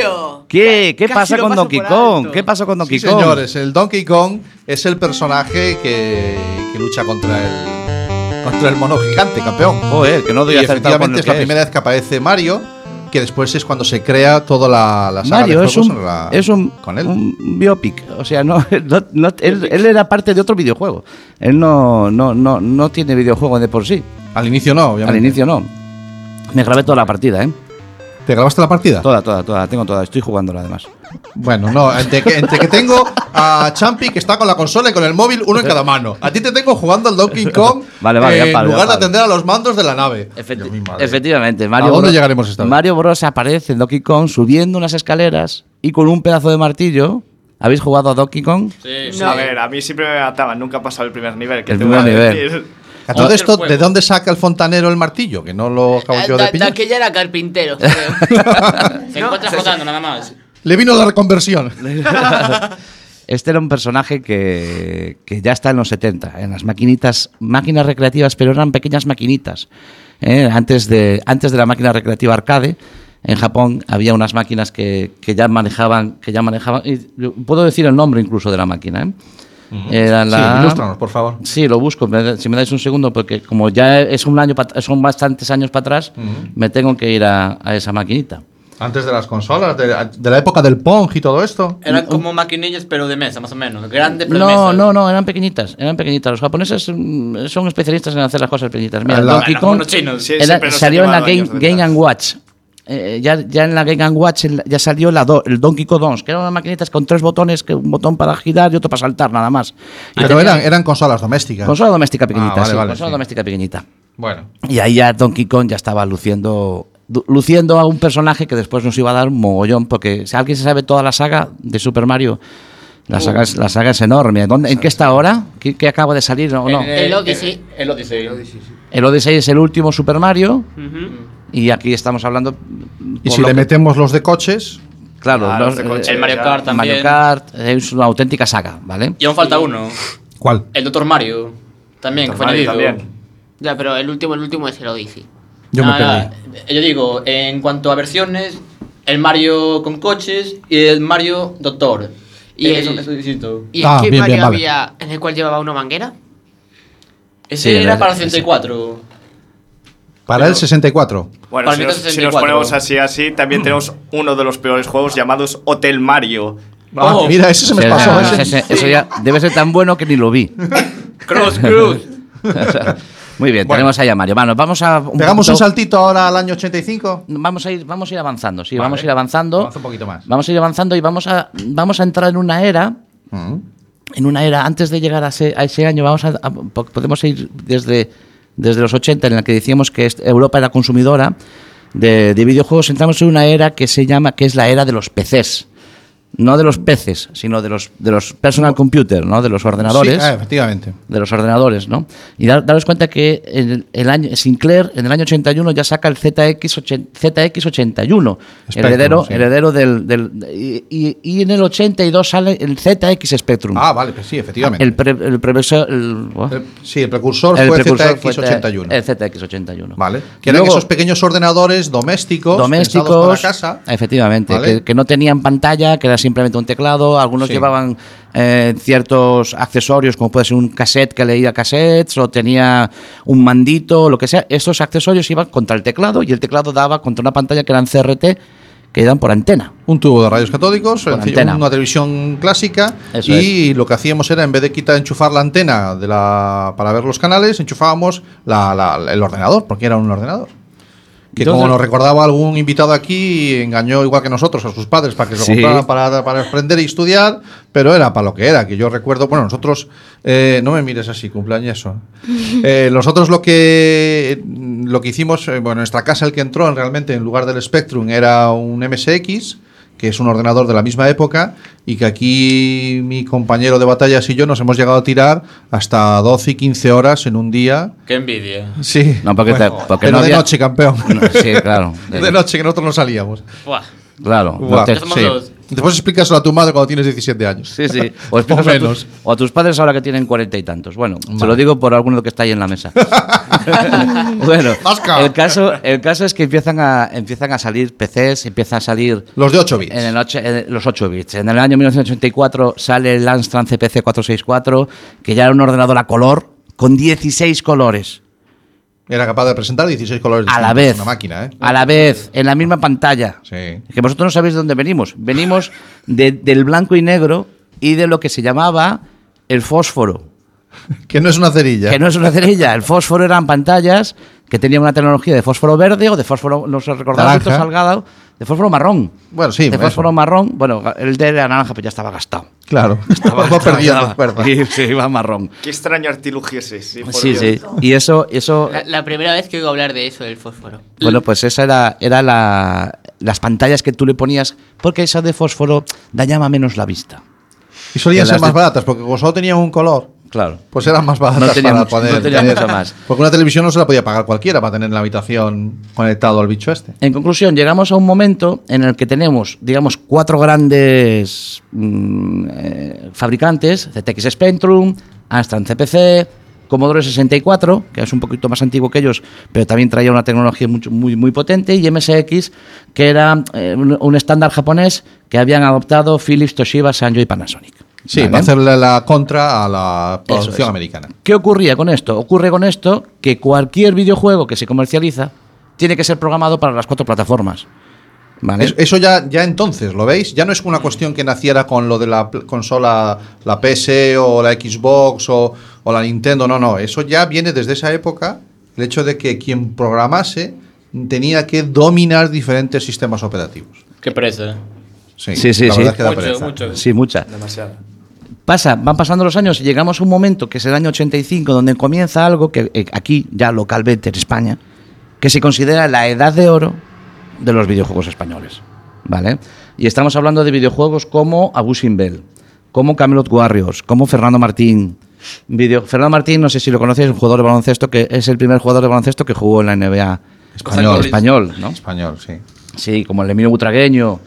Speaker 1: Kong.
Speaker 10: Tío.
Speaker 1: ¿Qué? ¿Qué
Speaker 10: Casi
Speaker 1: pasa
Speaker 10: lo
Speaker 1: con
Speaker 10: paso
Speaker 1: Donkey
Speaker 10: por
Speaker 1: Kong? ¿Qué pasó con Donkey
Speaker 2: Sí,
Speaker 1: Kong?
Speaker 2: señores, el Donkey Kong es el personaje que, que lucha contra el, contra el mono gigante, campeón.
Speaker 1: Joder, que no doy
Speaker 2: y
Speaker 1: acertado con
Speaker 2: efectivamente
Speaker 1: el
Speaker 2: es la
Speaker 1: que es.
Speaker 2: primera vez que aparece Mario, que después es cuando se crea toda la, la saga
Speaker 1: Mario
Speaker 2: de
Speaker 1: es
Speaker 2: juegos
Speaker 1: un,
Speaker 2: en la-
Speaker 1: es un,
Speaker 2: con él.
Speaker 1: un biopic, o sea, no, no- no- él, él era parte de otro videojuego. Él no, no, no, no tiene videojuego de por sí.
Speaker 2: Al inicio no, obviamente.
Speaker 1: Al inicio no. Me grabé toda la partida, ¿eh?
Speaker 2: ¿Te grabaste la partida?
Speaker 1: Toda, toda, toda. Tengo toda. Estoy jugándola además.
Speaker 2: Bueno, no, entre que, entre que tengo a Champi que está con la consola y con el móvil uno en cada mano. A ti te tengo jugando al Donkey Kong
Speaker 1: Vale, vale,
Speaker 2: eh,
Speaker 1: ya
Speaker 2: en
Speaker 1: paro, ya
Speaker 2: lugar de
Speaker 1: paro.
Speaker 2: atender a los mandos de la nave. Yo, mi madre.
Speaker 1: Efectivamente, Mario.
Speaker 2: dónde
Speaker 1: Bros-
Speaker 2: llegaremos esta vez?
Speaker 1: Mario Bros aparece en Donkey Kong subiendo unas escaleras y con un pedazo de martillo. ¿Habéis jugado a Donkey Kong?
Speaker 9: A ver, a mí siempre me mataban, nunca he pasado el primer nivel. que
Speaker 1: El
Speaker 9: te voy a
Speaker 1: primer
Speaker 9: decir.
Speaker 2: A todo esto, ¿de dónde saca el fontanero el martillo? Que no lo acabo yo de
Speaker 10: Da- da
Speaker 2: pillar.
Speaker 10: aquella era carpintero, creo.
Speaker 5: Se encuentra flotando, nada más.
Speaker 2: Le vino la reconversión.
Speaker 1: Este era un personaje que, que ya está en los 70, en las maquinitas, máquinas recreativas, pero eran pequeñas maquinitas. ¿eh? Antes, de, antes de la máquina recreativa arcade, en Japón había unas máquinas que, que ya manejaban, que ya manejaban, y yo puedo decir el nombre incluso de la máquina. ¿eh? Era la-
Speaker 2: Sí, ilústranos, por favor.
Speaker 1: Sí, lo busco, me- si me dais un segundo, porque como ya es un año, pa- son bastantes años para atrás, me tengo que ir a- a esa maquinita.
Speaker 2: Antes de las consolas, de, de la época del Pong y todo esto.
Speaker 5: Eran como maquinillas, pero de mesa, más o menos. Grande, pero de
Speaker 1: No,
Speaker 5: mesa.
Speaker 1: no, no, eran pequeñitas, eran pequeñitas. Los japoneses mm, son especialistas en hacer las cosas pequeñitas. Mira,
Speaker 5: Ala.
Speaker 1: Donkey
Speaker 5: Bueno,
Speaker 1: Kong
Speaker 5: los chinos, sí,
Speaker 1: era-
Speaker 5: siempre nos
Speaker 1: salió en la
Speaker 5: han llevado
Speaker 1: Game,
Speaker 5: años
Speaker 1: Game and Watch. Eh, ya, ya en la Game and Watch el- ya salió la do- el Donkey Kong 2, que eran unas maquinitas con tres botones, que un botón para girar y otro para saltar, nada más. Y
Speaker 2: Pero
Speaker 1: tenía
Speaker 2: eran, eran consolas domésticas.
Speaker 1: Consola doméstica pequeñita,
Speaker 2: Ah, vale,
Speaker 1: sí,
Speaker 2: vale,
Speaker 1: consola
Speaker 2: sí.
Speaker 1: doméstica pequeñita.
Speaker 2: Bueno.
Speaker 1: Y ahí ya Donkey Kong ya estaba luciendo du- luciendo a un personaje que después nos iba a dar un mogollón, porque si alguien se sabe toda la saga de Super Mario, la saga es, la saga es enorme. ¿Dónde- ¿En qué está ahora? ¿Qué, qué acaba de salir o no?
Speaker 5: En
Speaker 10: El Odyssey.
Speaker 5: El, el Odyssey.
Speaker 1: El Odyssey es el último Super Mario y aquí estamos hablando...
Speaker 2: Y
Speaker 1: por
Speaker 2: si
Speaker 1: lo
Speaker 2: le
Speaker 1: que-
Speaker 2: metemos los de coches.
Speaker 1: Claro,
Speaker 5: Ah,
Speaker 1: los-
Speaker 5: los de coche,
Speaker 1: eh,
Speaker 5: El Mario ya. Kart
Speaker 1: Mario
Speaker 5: también.
Speaker 1: Kart, eh, es una auténtica saga, ¿vale?
Speaker 5: Y aún falta uno.
Speaker 2: ¿Cuál?
Speaker 5: El Doctor Mario. También, que fue añadido.
Speaker 10: Ya, pero el último, el último es el Odyssey.
Speaker 2: Yo me
Speaker 5: Nada, Yo digo, en cuanto a versiones, el Mario con coches y el Mario Doctor.
Speaker 10: Y
Speaker 5: Eh,
Speaker 10: el-
Speaker 5: eso, eso es distinto.
Speaker 10: ¿Y
Speaker 2: Ah,
Speaker 10: en qué
Speaker 2: bien,
Speaker 10: Mario
Speaker 2: bien, vale.
Speaker 10: había en el cual llevaba una manguera?
Speaker 5: Ese
Speaker 1: Sí,
Speaker 5: era
Speaker 1: el-
Speaker 5: para el 64.
Speaker 2: Para el 64.
Speaker 9: Bueno,
Speaker 5: Para
Speaker 9: si
Speaker 5: el
Speaker 9: nos, si nos
Speaker 5: 64.
Speaker 9: ponemos así así, también tenemos uno de los peores juegos llamados Hotel Mario,
Speaker 2: Ah,
Speaker 1: Oh.
Speaker 2: mira, ese se me
Speaker 1: Sí,
Speaker 2: pasó, ¿eh?
Speaker 1: no,
Speaker 2: ese.
Speaker 1: ese- eso ya debe ser tan bueno que ni lo vi.
Speaker 5: Cross, cruz.
Speaker 1: Muy bien, tenemos ahí a Mario. Bueno, vamos a. un
Speaker 2: Pegamos un
Speaker 1: poquito-
Speaker 2: saltito ahora al año 85.
Speaker 1: Vamos a ir, vamos a ir avanzando, sí, vamos a ir avanzando.
Speaker 2: Avanza un poquito más.
Speaker 1: Vamos a ir avanzando y vamos a, vamos a entrar en una era.
Speaker 2: Mm.
Speaker 1: En una era, antes de llegar a ese, a ese año, vamos a, a- po- podemos ir desde, desde los 80, en la que decíamos que est- Europa era consumidora de, de videojuegos. Entramos en una era que se llama, que es la era de los PCs. No de los peces, sino de los, de los personal computer, ¿no? De los ordenadores
Speaker 2: Sí, ah, efectivamente.
Speaker 1: de los ordenadores, ¿no? Y da- daros cuenta que el, el año, Sinclair en el año 81 ya saca el ZX, 81
Speaker 2: Spectrum,
Speaker 1: heredero,
Speaker 2: sí.
Speaker 1: heredero del... del- y, y- y en el 82 sale el ZX Spectrum.
Speaker 2: Ah, vale, pues sí, efectivamente.
Speaker 1: El, pre- el precursor... El,
Speaker 2: El- sí, el precursor
Speaker 1: el
Speaker 2: fue
Speaker 1: precursor fue
Speaker 2: ZX81.
Speaker 1: el ZX81.
Speaker 2: Vale. Que eran
Speaker 1: Luego-
Speaker 2: esos pequeños ordenadores domésticos,
Speaker 1: domésticos
Speaker 2: pensados para casa.
Speaker 1: efectivamente
Speaker 2: ¿Vale?
Speaker 1: que, que no tenían pantalla que era simplemente un teclado algunos
Speaker 2: Sí.
Speaker 1: llevaban eh, ciertos accesorios como puede ser un cassette que leía cassettes o tenía un mandito lo que sea estos accesorios iban contra el teclado y el teclado daba contra una pantalla que eran CRT que dan por antena
Speaker 2: un tubo de rayos catódicos,
Speaker 1: Con
Speaker 2: en fin,
Speaker 1: antena.
Speaker 2: una televisión clásica
Speaker 1: Eso
Speaker 2: y lo que hacíamos era en vez de quitar enchufar la antena de la, para ver los canales, enchufábamos la- la- el ordenador, porque era un ordenador. Que
Speaker 1: Entonces-
Speaker 2: como nos recordaba algún invitado aquí, engañó igual que nosotros a sus padres para que se lo
Speaker 1: Sí.
Speaker 2: compraran para, para aprender y estudiar, pero era para lo que era, que yo recuerdo, bueno, nosotros, eh, no me mires así, cumpleañeso. Eh, nosotros lo que lo que hicimos, eh, bueno, nuestra casa el que entró en- realmente en lugar del Spectrum era un MSX, que es un ordenador de la misma época y que aquí mi compañero de batallas y yo nos hemos llegado a tirar hasta 12 y 15 horas en un día.
Speaker 5: Qué envidia.
Speaker 2: Sí.
Speaker 1: No, porque te- porque
Speaker 2: pero
Speaker 1: no
Speaker 2: de
Speaker 1: había-
Speaker 2: noche, campeón.
Speaker 1: No, sí, claro.
Speaker 2: De noche que nosotros no salíamos.
Speaker 5: Buah.
Speaker 1: claro no
Speaker 2: Buah,
Speaker 1: te-
Speaker 2: sí. Después explicaslo a tu madre cuando tienes 17 años.
Speaker 1: Sí, sí. O, explicas a tus-
Speaker 2: menos.
Speaker 1: o a tus padres ahora que tienen cuarenta y tantos. Bueno, se
Speaker 2: Vale.
Speaker 1: lo digo por alguno que está ahí en la mesa. bueno, el caso, el caso es que empiezan a, empiezan a salir PCs, empiezan a salir...
Speaker 2: Los de 8 bits.
Speaker 1: En el ocho- en los 8 bits. En el año 1984 sale el Amstrad CPC 464, que ya era un ordenador a color con 16 colores.
Speaker 2: Era capaz de presentar 16 colores
Speaker 1: A la
Speaker 2: distintos,
Speaker 1: vez.
Speaker 2: Una máquina, ¿eh?
Speaker 1: A la vez, en la misma pantalla.
Speaker 2: Sí.
Speaker 1: Que vosotros no sabéis de dónde venimos. Venimos de- del blanco y negro y de lo que se llamaba el fósforo.
Speaker 2: Que no es una cerilla.
Speaker 1: Que no es una cerilla. El fósforo eran pantallas que tenían una tecnología de fósforo verde o de fósforo, no se recordaba,
Speaker 2: Naranja.
Speaker 1: Víctor Salgado, de fósforo marrón.
Speaker 2: Bueno, sí,
Speaker 1: De
Speaker 2: eso.
Speaker 1: fósforo marrón, bueno, el de la naranja pues ya estaba gastado.
Speaker 2: Claro.
Speaker 1: Estaba,
Speaker 2: Va
Speaker 1: estaba-
Speaker 2: perdiendo
Speaker 1: estaba-
Speaker 2: cuerda.
Speaker 1: Sí, sí, iba marrón.
Speaker 9: Qué extraño artilugio es ese. por
Speaker 1: Sí,
Speaker 9: Dios.
Speaker 1: sí. Y eso, eso
Speaker 12: La, la primera vez que oigo hablar de eso, del fósforo.
Speaker 1: Bueno, pues esa era, era la- las pantallas que tú le ponías, porque esa de fósforo dañaba menos la vista.
Speaker 2: Y solían
Speaker 1: Que
Speaker 2: ser
Speaker 1: las
Speaker 2: más
Speaker 1: de-
Speaker 2: baratas, porque como solo tenían un color,
Speaker 1: Claro.
Speaker 2: pues eran más baratas
Speaker 1: No tenía
Speaker 2: para
Speaker 1: mucho-
Speaker 2: poder.
Speaker 1: no tenía
Speaker 2: tener-
Speaker 1: mucho más.
Speaker 2: Porque una televisión no se la podía pagar cualquiera para tener en la habitación conectado al bicho este.
Speaker 1: En conclusión, llegamos a un momento en el que tenemos, digamos, cuatro grandes mm, eh, fabricantes, ZX Spectrum, Amstrad CPC, Commodore 64, que es un poquito más antiguo que ellos, pero también traía una tecnología mucho- muy, muy potente, y MSX, que era eh, un un estándar japonés que habían adoptado Philips, Toshiba, Sanyo y Panasonic.
Speaker 2: Sí,
Speaker 1: ¿Vale?
Speaker 2: para hacerle la contra a la
Speaker 1: Eso
Speaker 2: producción
Speaker 1: es.
Speaker 2: americana.
Speaker 1: ¿Qué ocurría con esto? Ocurre con esto que cualquier videojuego que se comercializa tiene que ser programado para las cuatro plataformas. ¿Vale?
Speaker 2: Es- Eso ya, ya entonces, ¿lo veis? Ya no es una cuestión que naciera con lo de la pl- consola, la PS o la Xbox o, o la Nintendo, no, no. Eso ya viene desde esa época, el hecho de que quien programase tenía que dominar diferentes sistemas operativos.
Speaker 5: Qué pereza.
Speaker 2: Sí,
Speaker 1: Sí, sí,
Speaker 2: la
Speaker 1: sí.
Speaker 2: verdad es que da
Speaker 5: Mucho,
Speaker 2: pereza.
Speaker 5: mucho.
Speaker 1: Sí, mucha.
Speaker 5: Demasiado.
Speaker 1: Pasa, van pasando los años y llegamos a un momento, que es el año 85, donde comienza algo que eh, aquí, ya localmente en España, que se considera la edad de oro de los videojuegos españoles. ¿Vale? Y estamos hablando de videojuegos como Abusing Bell, como Camelot Warriors, como Fernando Martín. Video- Fernando Martín, no sé si lo conocéis, es un jugador de baloncesto que es el primer jugador de baloncesto que jugó en la NBA
Speaker 2: Español.
Speaker 1: español, ¿no?
Speaker 2: Español, sí.
Speaker 1: Sí, como el Emilio Butragueño,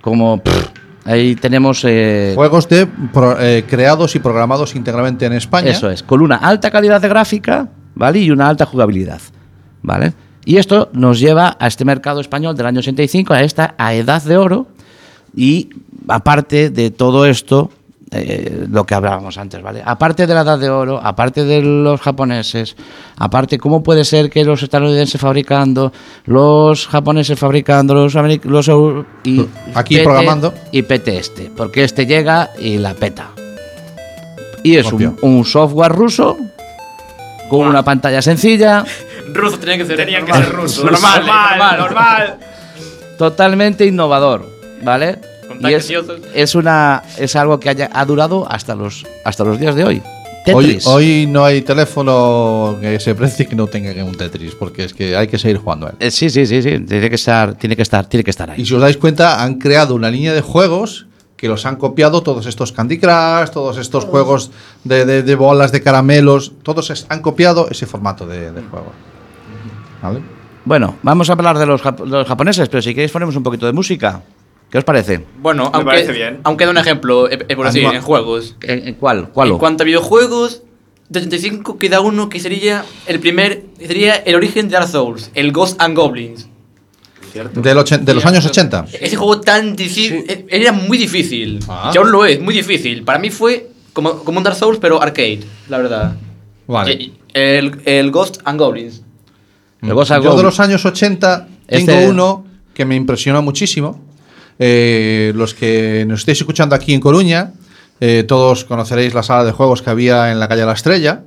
Speaker 1: como. pff, ahí tenemos. eh,
Speaker 2: Juegos de pro- eh, creados y programados íntegramente en España.
Speaker 1: Eso es, con una alta calidad de gráfica, ¿vale? Y una alta jugabilidad, ¿vale? Y esto nos lleva a este mercado español del año 85, a esta a edad de oro, y aparte de todo esto, eh, lo que hablábamos antes, ¿vale? Aparte de la edad de oro, aparte de los japoneses, aparte cómo puede ser que los estadounidenses fabricando, los japoneses fabricando, los, ameri- los eu- y
Speaker 2: Aquí programando.
Speaker 1: y pete este, porque este llega y la peta. Y es un, un software ruso con una pantalla sencilla,
Speaker 5: Ruso tenía que ser. Tenía
Speaker 1: que ser ruso.
Speaker 5: Normal,
Speaker 1: Normal,
Speaker 5: normal,
Speaker 1: totalmente innovador, ¿vale?
Speaker 5: Con
Speaker 1: Y es,
Speaker 5: taqueciosos.
Speaker 1: es una es algo que haya, ha durado hasta los hasta los días de hoy.
Speaker 2: Hoy,
Speaker 1: Tetris.
Speaker 2: hoy no hay teléfono que se precie que no tenga un Tetris, porque es que hay que seguir jugando a él.
Speaker 1: Eh, Sí, sí, sí, sí, tiene que estar, tiene que estar, tiene que estar ahí.
Speaker 2: Y si os dais cuenta, han creado una línea de juegos que los han copiado todos estos Candy Crush, todos estos juegos de, de- de bolas, de caramelos, todos es- han copiado ese formato de, de juego. ¿Vale?
Speaker 1: Bueno, vamos a hablar de los, jap- los japoneses, pero si queréis ponemos un poquito de música. ¿Qué os parece?
Speaker 5: Bueno, aunque,
Speaker 9: parece bien.
Speaker 5: aunque da un ejemplo, eh, eh, por así,
Speaker 1: Anima- Eh,
Speaker 5: en juegos.
Speaker 1: ¿En, en cuál? ¿Cuál?
Speaker 5: Eh, En cuanto a videojuegos, de 85 queda uno que sería el primer, sería el origen de Dark Souls, el Ghost and Goblins.
Speaker 2: Del ochen- de los años 80.
Speaker 5: Ese juego tan difícil, eh, era muy difícil.
Speaker 2: Ah.
Speaker 5: Y aún lo es, muy difícil. Para mí fue como, como un Dark Souls, pero arcade, la verdad.
Speaker 2: Vale.
Speaker 5: Y- y- El, el Ghost and Goblins.
Speaker 2: Yo de los años 80 tengo
Speaker 1: Este-
Speaker 2: uno que me impresionó muchísimo. Eh, los que nos estéis escuchando aquí en Coruña, eh, todos conoceréis la sala de juegos que había en la calle La Estrella.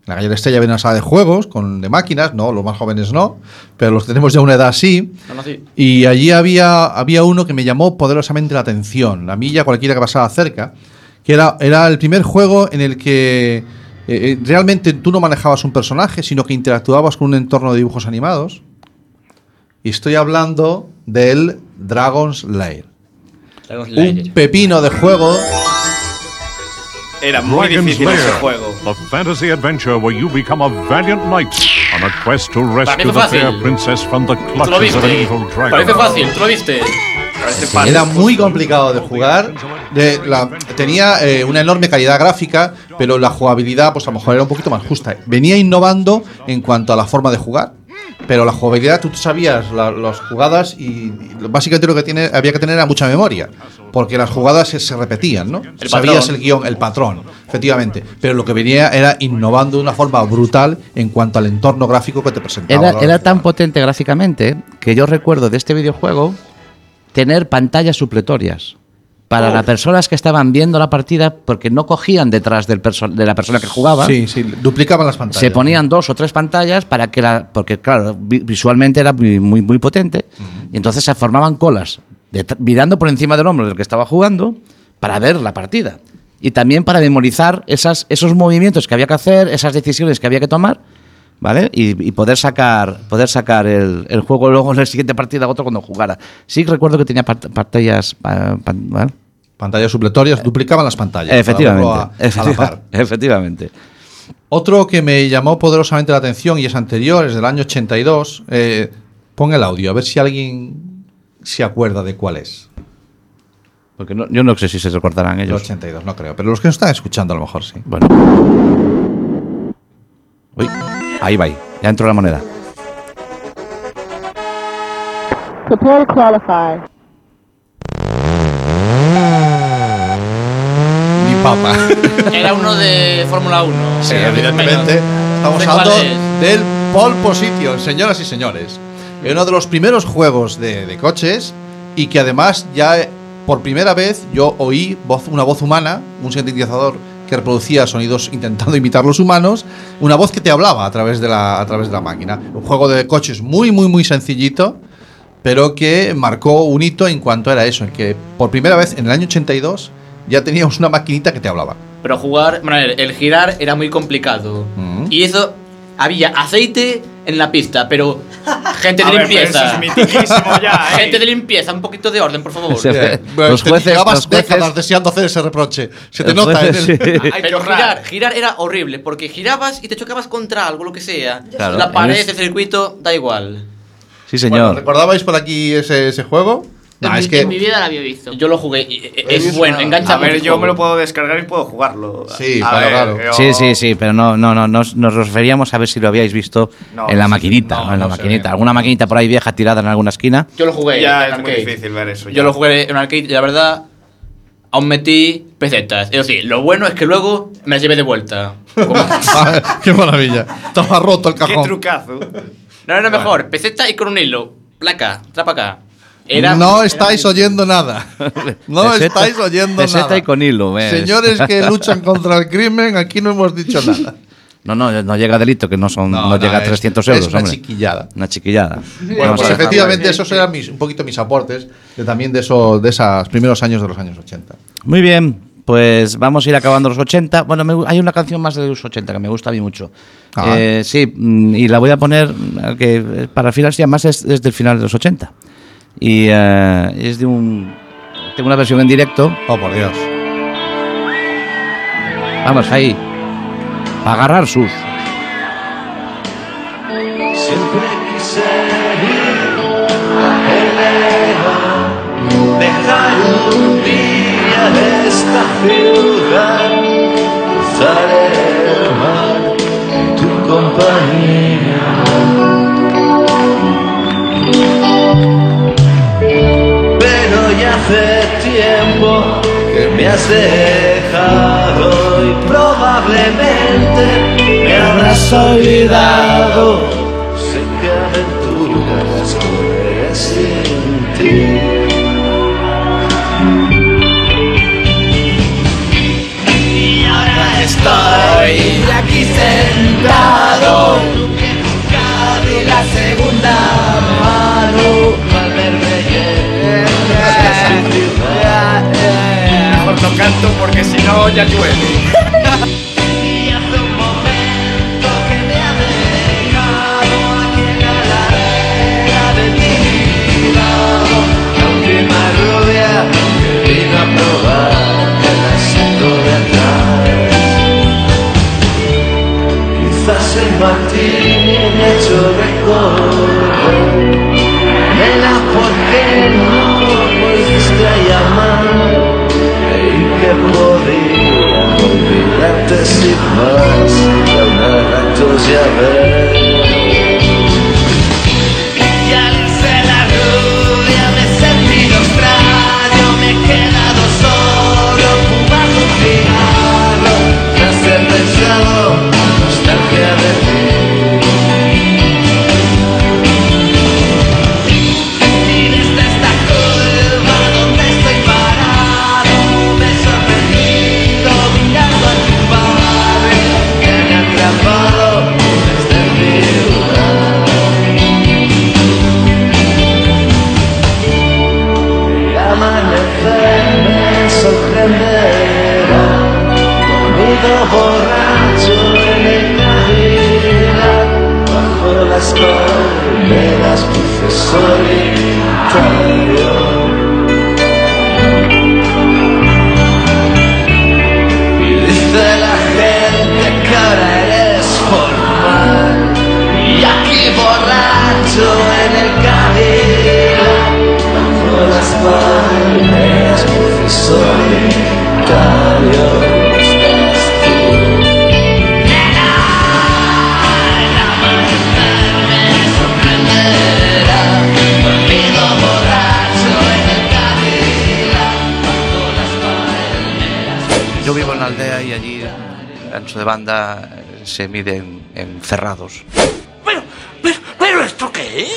Speaker 2: En la calle La Estrella había una sala de juegos con, de máquinas, no, los más jóvenes no, pero los que tenemos ya una edad así.
Speaker 5: No, no, sí.
Speaker 2: Y allí había, había uno que me llamó poderosamente la atención, a mí y a cualquiera que pasaba cerca, que era, era el primer juego en el que eh, eh, realmente tú no manejabas un personaje, sino que interactuabas con un entorno de dibujos animados. Y estoy hablando del Dragon's Lair.
Speaker 5: Dragon's Lair.
Speaker 2: Un pepino de juego.
Speaker 9: Era muy
Speaker 13: Dragon's
Speaker 9: difícil
Speaker 13: Lair,
Speaker 9: ese juego.
Speaker 13: The fantasy adventure where you become a valiant knight on a quest to rescue
Speaker 5: fue
Speaker 13: the
Speaker 5: fácil.
Speaker 13: fair princess from the
Speaker 5: Tú lo
Speaker 13: clutches of an
Speaker 5: viste.
Speaker 13: evil
Speaker 5: Parece
Speaker 13: dragon.
Speaker 5: fácil, tú lo viste.
Speaker 9: este
Speaker 2: Era muy complicado de jugar. de la- tenía eh, una enorme calidad gráfica, pero la jugabilidad, pues a lo mejor era un poquito más justa. Venía innovando en cuanto a la forma de jugar, pero la jugabilidad, tú sabías la- las jugadas y, y lo- básicamente lo que tiene, había que tener era mucha memoria, porque las jugadas se, se repetían, ¿no?
Speaker 5: El
Speaker 2: sabías
Speaker 5: patrón.
Speaker 2: el guión, el patrón, efectivamente. Pero lo que venía era innovando de una forma brutal en cuanto al entorno gráfico que te presentaba.
Speaker 1: Era,
Speaker 2: ¿no?
Speaker 1: era tan potente gráficamente que yo recuerdo de este videojuego tener pantallas supletorias para
Speaker 2: Oh.
Speaker 1: las personas que estaban viendo la partida porque no cogían detrás del perso- de la persona que jugaba.
Speaker 2: Sí, sí, duplicaban las pantallas.
Speaker 1: Se ponían dos o tres pantallas para que la. Porque, claro, vi- visualmente era muy, muy, muy potente. Y entonces se formaban colas, detr- mirando por encima del hombro del que estaba jugando, para ver la partida. Y también para memorizar esas, esos movimientos que había que hacer, esas decisiones que había que tomar, ¿vale? Y, y poder sacar, poder sacar el, el juego luego en la siguiente partida otro cuando jugara. Sí que recuerdo que tenía part- pantallas. pa- pan- ¿vale?
Speaker 2: Pantallas supletorias, duplicaban las pantallas. para
Speaker 1: Eh, Efectivamente.
Speaker 2: verlo a- a la par.
Speaker 1: efectiva- efectivamente.
Speaker 2: Otro que me llamó poderosamente la atención y es anterior, es del año 82. Eh, pon el audio, a ver si alguien se acuerda de cuál es.
Speaker 1: Porque no- yo no sé si se recordarán
Speaker 2: El
Speaker 1: ellos.
Speaker 2: 82, no creo. Pero los que nos están escuchando a lo mejor sí.
Speaker 1: Bueno. Uy, ahí va, ahí. ya entró la moneda.
Speaker 14: Prepare to qualify.
Speaker 2: Mi papa.
Speaker 5: Era uno de Fórmula 1.
Speaker 2: Sí, evidentemente. Estamos
Speaker 5: Sé cuál
Speaker 2: hablando
Speaker 5: es.
Speaker 2: del Pole Position, señoras y señores. Uno de los primeros juegos de, de coches y que además ya eh, por primera vez yo oí voz- una voz humana, un sintetizador que reproducía sonidos intentando imitar los humanos, una voz que te hablaba a través de la, a través de la máquina. Un juego de coches muy, muy, muy sencillito, pero que marcó un hito en cuanto era eso, en que por primera vez en el año 82 ya teníamos una maquinita que te hablaba.
Speaker 5: Pero jugar, bueno, el, el girar era muy complicado. Y eso, había aceite en la pista, pero gente de
Speaker 9: A ver, pero
Speaker 5: limpieza.
Speaker 9: eso es mitiquísimo ya, ¿eh?
Speaker 5: Gente de limpieza, un poquito de orden, por favor.
Speaker 1: Se ve.
Speaker 2: Bueno,
Speaker 1: Los
Speaker 2: te
Speaker 1: jueces-
Speaker 2: llevabas
Speaker 1: los jueces-
Speaker 2: décadas deseando hacer ese reproche. Se te
Speaker 1: Los
Speaker 2: nota ¿eh?
Speaker 1: jueces,
Speaker 2: en el-
Speaker 1: sí.
Speaker 5: Ay, pero girar, girar era horrible, porque girabas y te chocabas contra algo, lo que sea.
Speaker 1: Claro,
Speaker 5: la pared,
Speaker 1: en este-
Speaker 5: el circuito, da igual.
Speaker 1: Sí,
Speaker 2: Bueno,
Speaker 1: señor.
Speaker 2: ¿Recordabais por aquí ese, ese juego? No, es que.
Speaker 5: vida la había visto. Yo lo jugué, y- y- es bueno, engancha
Speaker 9: A ver,
Speaker 5: mucho
Speaker 9: yo
Speaker 5: el
Speaker 9: me lo
Speaker 5: juego.
Speaker 9: puedo descargar y puedo jugarlo.
Speaker 2: Sí,
Speaker 9: A
Speaker 2: claro,
Speaker 9: ver,
Speaker 2: claro.
Speaker 9: yo-
Speaker 1: Sí, sí, sí, pero no, no, no, nos, nos referíamos a ver si lo habíais visto
Speaker 9: No,
Speaker 1: en la
Speaker 9: sí,
Speaker 1: maquinita,
Speaker 9: no,
Speaker 1: ¿no? en la
Speaker 9: no se
Speaker 1: maquinita,
Speaker 9: ve.
Speaker 1: alguna maquinita por ahí vieja tirada en alguna esquina.
Speaker 5: Yo lo jugué.
Speaker 9: Ya
Speaker 5: en
Speaker 9: era muy
Speaker 5: arcade.
Speaker 9: difícil ver eso.
Speaker 5: Yo lo jugué en arcade y la verdad aún metí pesetas. Es decir, lo bueno es que luego me las llevé de vuelta.
Speaker 2: ah, ¡Qué maravilla! Estaba roto el cajón. ¡Qué
Speaker 5: trucazo! No era mejor, peseta y con un hilo. Placa, trapa acá. Era-
Speaker 2: no
Speaker 5: era-
Speaker 2: estáis oyendo nada. No
Speaker 1: Peseta-
Speaker 2: estáis oyendo
Speaker 1: peseta
Speaker 2: nada.
Speaker 1: y con E. hilo, ¿ves?
Speaker 2: Señores que luchan contra el crimen, aquí no hemos dicho nada.
Speaker 1: No, no, no llega a delito, que no son, no,
Speaker 2: no,
Speaker 1: llega a
Speaker 2: es-
Speaker 1: 300
Speaker 2: es
Speaker 1: euros,
Speaker 2: una
Speaker 1: hombre.
Speaker 2: chiquillada.
Speaker 1: Una chiquillada.
Speaker 2: Bueno, pues efectivamente esos eran mis- un poquito mis aportes de también de esos de esos primeros años de los años 80.
Speaker 1: Muy bien, pues vamos a ir acabando los 80. Bueno, me gu- hay una canción más de los 80 que me gusta a mí mucho.
Speaker 2: Ah.
Speaker 1: Eh, sí, mm, y la voy a poner mm, que eh, para final ya más es desde el final de los 80. Y eh, es de un... Tengo una versión en directo.
Speaker 2: Oh, por Dios.
Speaker 1: Vamos, ahí. A agarrar sus.
Speaker 15: Siempre quise ir lejos, dejar un día esta ciudad, cruzar el mar, tu compañía. Pero ya hace tiempo que me has dejado y probablemente me habrás olvidado. Sé que aventuras correré sin ti. Y ahora estoy aquí sentado, y la segunda mano al verme llegar. Mejor no canto porque si no ya llueve. que me rodea, que vino a probar el asiento de atrás. Quizás el martín me ha hecho recordar Nena, ¿por qué no volviste a llamar? Creí que podía olvidarte sin más de una tuya ver y al irse la rubia me he sentido extraño, me he quedado solo fumando un cigarro. Tras el pensado, nostalgia de ti. Y desde esta curva donde estoy parado, me he sorprendido mirando a tu padre, que me ha atrapado desde mi lugar. El amanecer me sorprenderá Dormido borracho en el Navidad Bajo las colmenas luces solitario Y dice la gente que ahora eres formal Y aquí borracho en el Cadillac bajo las palmeras luces solitarios estás tú. Nena, el amanecer me sorprenderá, dormido borracho en el Cadillac, bajo las palmeras
Speaker 1: Yo vivo en la aldea y allí el ancho de banda eh, se mide en, en cerrados.
Speaker 15: ¿Pero esto qué es?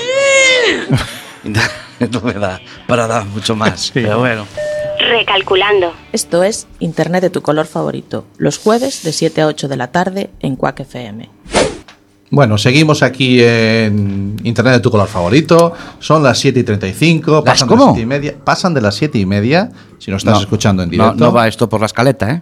Speaker 1: no me da para dar mucho más. Pero bueno.
Speaker 8: Recalculando. Esto es Internet de tu color favorito, los jueves de 7 a 8 de la tarde en Quack FM.
Speaker 2: Bueno, seguimos aquí en Internet de tu color favorito. Son las 7 y 35. Pasan de las 7 y media. Pasan de las 7 y media. Si nos estás
Speaker 1: No,
Speaker 2: escuchando en
Speaker 1: no,
Speaker 2: directo.
Speaker 1: no va esto por la escaleta, ¿eh?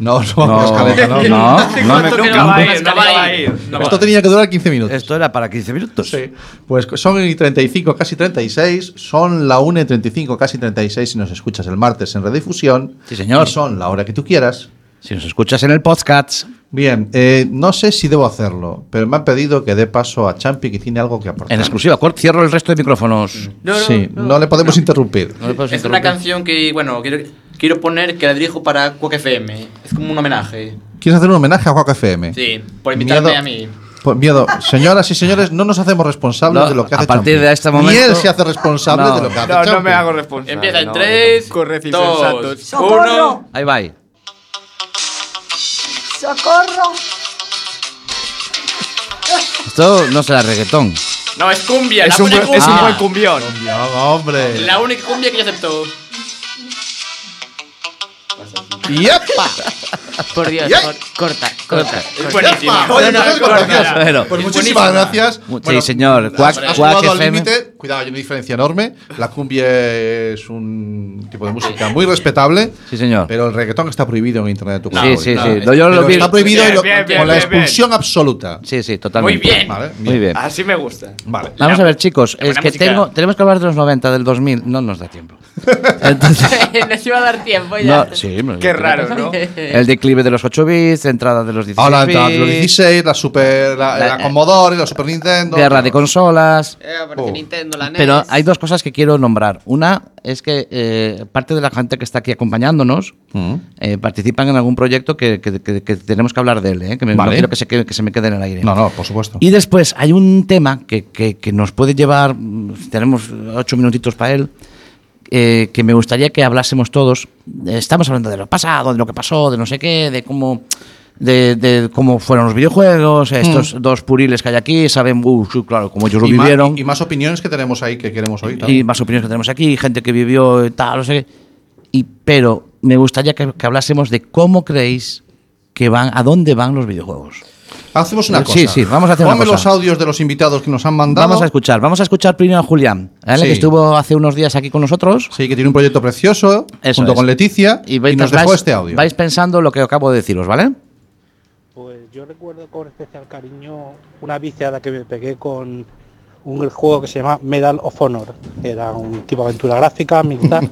Speaker 2: No, no, por la escaleta, no.
Speaker 1: Ah, No,
Speaker 2: Hace cuánto que no va a ir, no va a ir, no va a Esto ir. tenía que durar 15 minutos.
Speaker 1: Esto era para 15 minutos.
Speaker 2: Sí. Pues son y 35, casi 36. Son la 1 y 35, casi 36. Si nos escuchas el martes en redifusión.
Speaker 1: Sí, señor.
Speaker 2: Y son la hora que tú quieras.
Speaker 1: Si nos escuchas en el podcast.
Speaker 2: Bien, eh, no sé si debo hacerlo, pero me han pedido que dé paso a Champi que tiene algo que aportar.
Speaker 1: En exclusiva, cor- cierro el resto de micrófonos.
Speaker 2: Mm.
Speaker 5: No, no,
Speaker 2: sí, no, le podemos interrumpir.
Speaker 5: Es una canción que, bueno, quiero, quiero poner que la dirijo para Quack FM. Es como un homenaje.
Speaker 2: ¿Quieres hacer un homenaje a Juaco FM?
Speaker 5: Sí, por invitarme
Speaker 2: Miedo-
Speaker 5: a mí.
Speaker 2: Por miedo. Señoras y señores, no nos hacemos responsables
Speaker 1: No,
Speaker 2: de lo que
Speaker 1: a
Speaker 2: hace
Speaker 1: partir
Speaker 2: Champions.
Speaker 1: de este momento-
Speaker 2: Ni él se hace responsable
Speaker 1: No.
Speaker 2: de lo que hace
Speaker 9: No, no
Speaker 2: Champions.
Speaker 9: me hago responsable.
Speaker 5: Empieza en
Speaker 9: no.
Speaker 5: 3,
Speaker 9: Correcto y
Speaker 5: 2,
Speaker 9: sensato.
Speaker 5: 1.
Speaker 1: Ahí va. ahí.
Speaker 16: ¡Socorro!
Speaker 1: Esto no será reggaetón.
Speaker 5: No, es cumbia.
Speaker 1: Es
Speaker 5: la
Speaker 1: un
Speaker 5: pone
Speaker 1: buen- es un
Speaker 5: cumbia.
Speaker 9: cumbión.
Speaker 1: buen
Speaker 2: hombre.
Speaker 5: La única cumbia que yo acepto.
Speaker 2: ¡Yepa!
Speaker 12: Por Dios,
Speaker 5: Yay.
Speaker 12: cor- corta, corta.
Speaker 1: Corta.
Speaker 12: corta.
Speaker 5: Buenísima.
Speaker 2: Oye,
Speaker 5: No, no,
Speaker 2: muchas
Speaker 5: no,
Speaker 2: gracias.
Speaker 5: no, no.
Speaker 2: Pues
Speaker 5: Es
Speaker 2: muchísimas
Speaker 5: buenísima.
Speaker 2: gracias.
Speaker 1: Mu- sí, señor. Cuac-
Speaker 2: has- has
Speaker 1: Cuac
Speaker 2: jugado al
Speaker 1: FM.
Speaker 2: límite. Cuidado, hay una diferencia enorme. La cumbia es un tipo de música muy respetable.
Speaker 1: Sí, señor.
Speaker 2: Pero el reggaetón está prohibido en internet. tú
Speaker 1: Sí,
Speaker 2: sabes.
Speaker 1: sí, sí.
Speaker 2: Claro.
Speaker 1: No, yo lo
Speaker 2: Pero
Speaker 1: vi-
Speaker 2: Está prohibido
Speaker 1: Bien,
Speaker 2: y lo-
Speaker 1: bien, bien,
Speaker 2: con la
Speaker 1: bien, bien.
Speaker 2: expulsión absoluta.
Speaker 1: Sí, sí, totalmente.
Speaker 2: Muy bien. Vale,
Speaker 1: Muy bien.
Speaker 9: Así me gusta.
Speaker 2: Vale.
Speaker 1: Vamos a ver, chicos,
Speaker 9: la
Speaker 1: es
Speaker 9: buena
Speaker 1: que
Speaker 9: música.
Speaker 1: tengo, tenemos que hablar de los 90, del 2000, no nos da tiempo.
Speaker 12: Nos iba a dar tiempo ya.
Speaker 1: No, sí, me-
Speaker 12: Qué raro,
Speaker 2: ¿no?
Speaker 1: El declive de los 8 bits, entrada de los 16
Speaker 2: Ahora
Speaker 1: bits,
Speaker 2: entra los 16, la Super, la,
Speaker 1: La- eh,
Speaker 2: la Commodore, la Super Nintendo.
Speaker 1: guerra de consolas.
Speaker 2: Oh.
Speaker 1: Pero hay dos cosas que quiero nombrar. Una es que eh, parte de la gente que está aquí acompañándonos
Speaker 2: Mm.
Speaker 1: eh, participan en algún proyecto que, que- que- que tenemos que hablar de él, ¿eh? que me,
Speaker 2: Vale.
Speaker 1: no quiero que se, que- que se me quede en el aire.
Speaker 2: No, no, por supuesto.
Speaker 1: Y después hay un tema que, que- que nos puede llevar, mm, tenemos ocho minutitos para él, eh, que me gustaría que hablásemos todos. Estamos hablando de lo pasado, de lo que pasó, de no sé qué, de cómo... De, de cómo fueron los videojuegos, estos dos puriles que hay aquí, saben, uh, sí, claro, como ellos lo
Speaker 2: Hmm. y más-
Speaker 1: vivieron.
Speaker 2: y más opiniones que tenemos ahí que queremos oír.
Speaker 1: y más opiniones que tenemos aquí, gente que vivió y tal, no sé qué. Y, pero me gustaría que, que hablásemos de cómo creéis que van, a dónde van los videojuegos.
Speaker 2: Hacemos una cosa.
Speaker 1: Sí, sí, vamos a hacer una
Speaker 2: Ponme
Speaker 1: cosa.
Speaker 2: los audios de los invitados que nos han mandado.
Speaker 1: Vamos a escuchar, vamos a escuchar primero a Julián, ¿vale?
Speaker 2: Sí.
Speaker 1: que estuvo hace unos días aquí con nosotros.
Speaker 2: Sí, que tiene un proyecto precioso
Speaker 1: Eso
Speaker 2: junto
Speaker 1: es.
Speaker 2: con Leticia y,
Speaker 1: vais-
Speaker 2: nos dejó
Speaker 1: vais-
Speaker 2: este audio.
Speaker 1: Vais pensando lo que acabo de deciros, ¿vale?
Speaker 17: Pues yo recuerdo con especial cariño una viciada que me pegué con un juego que se llama Medal of Honor. Era un tipo aventura gráfica, militar.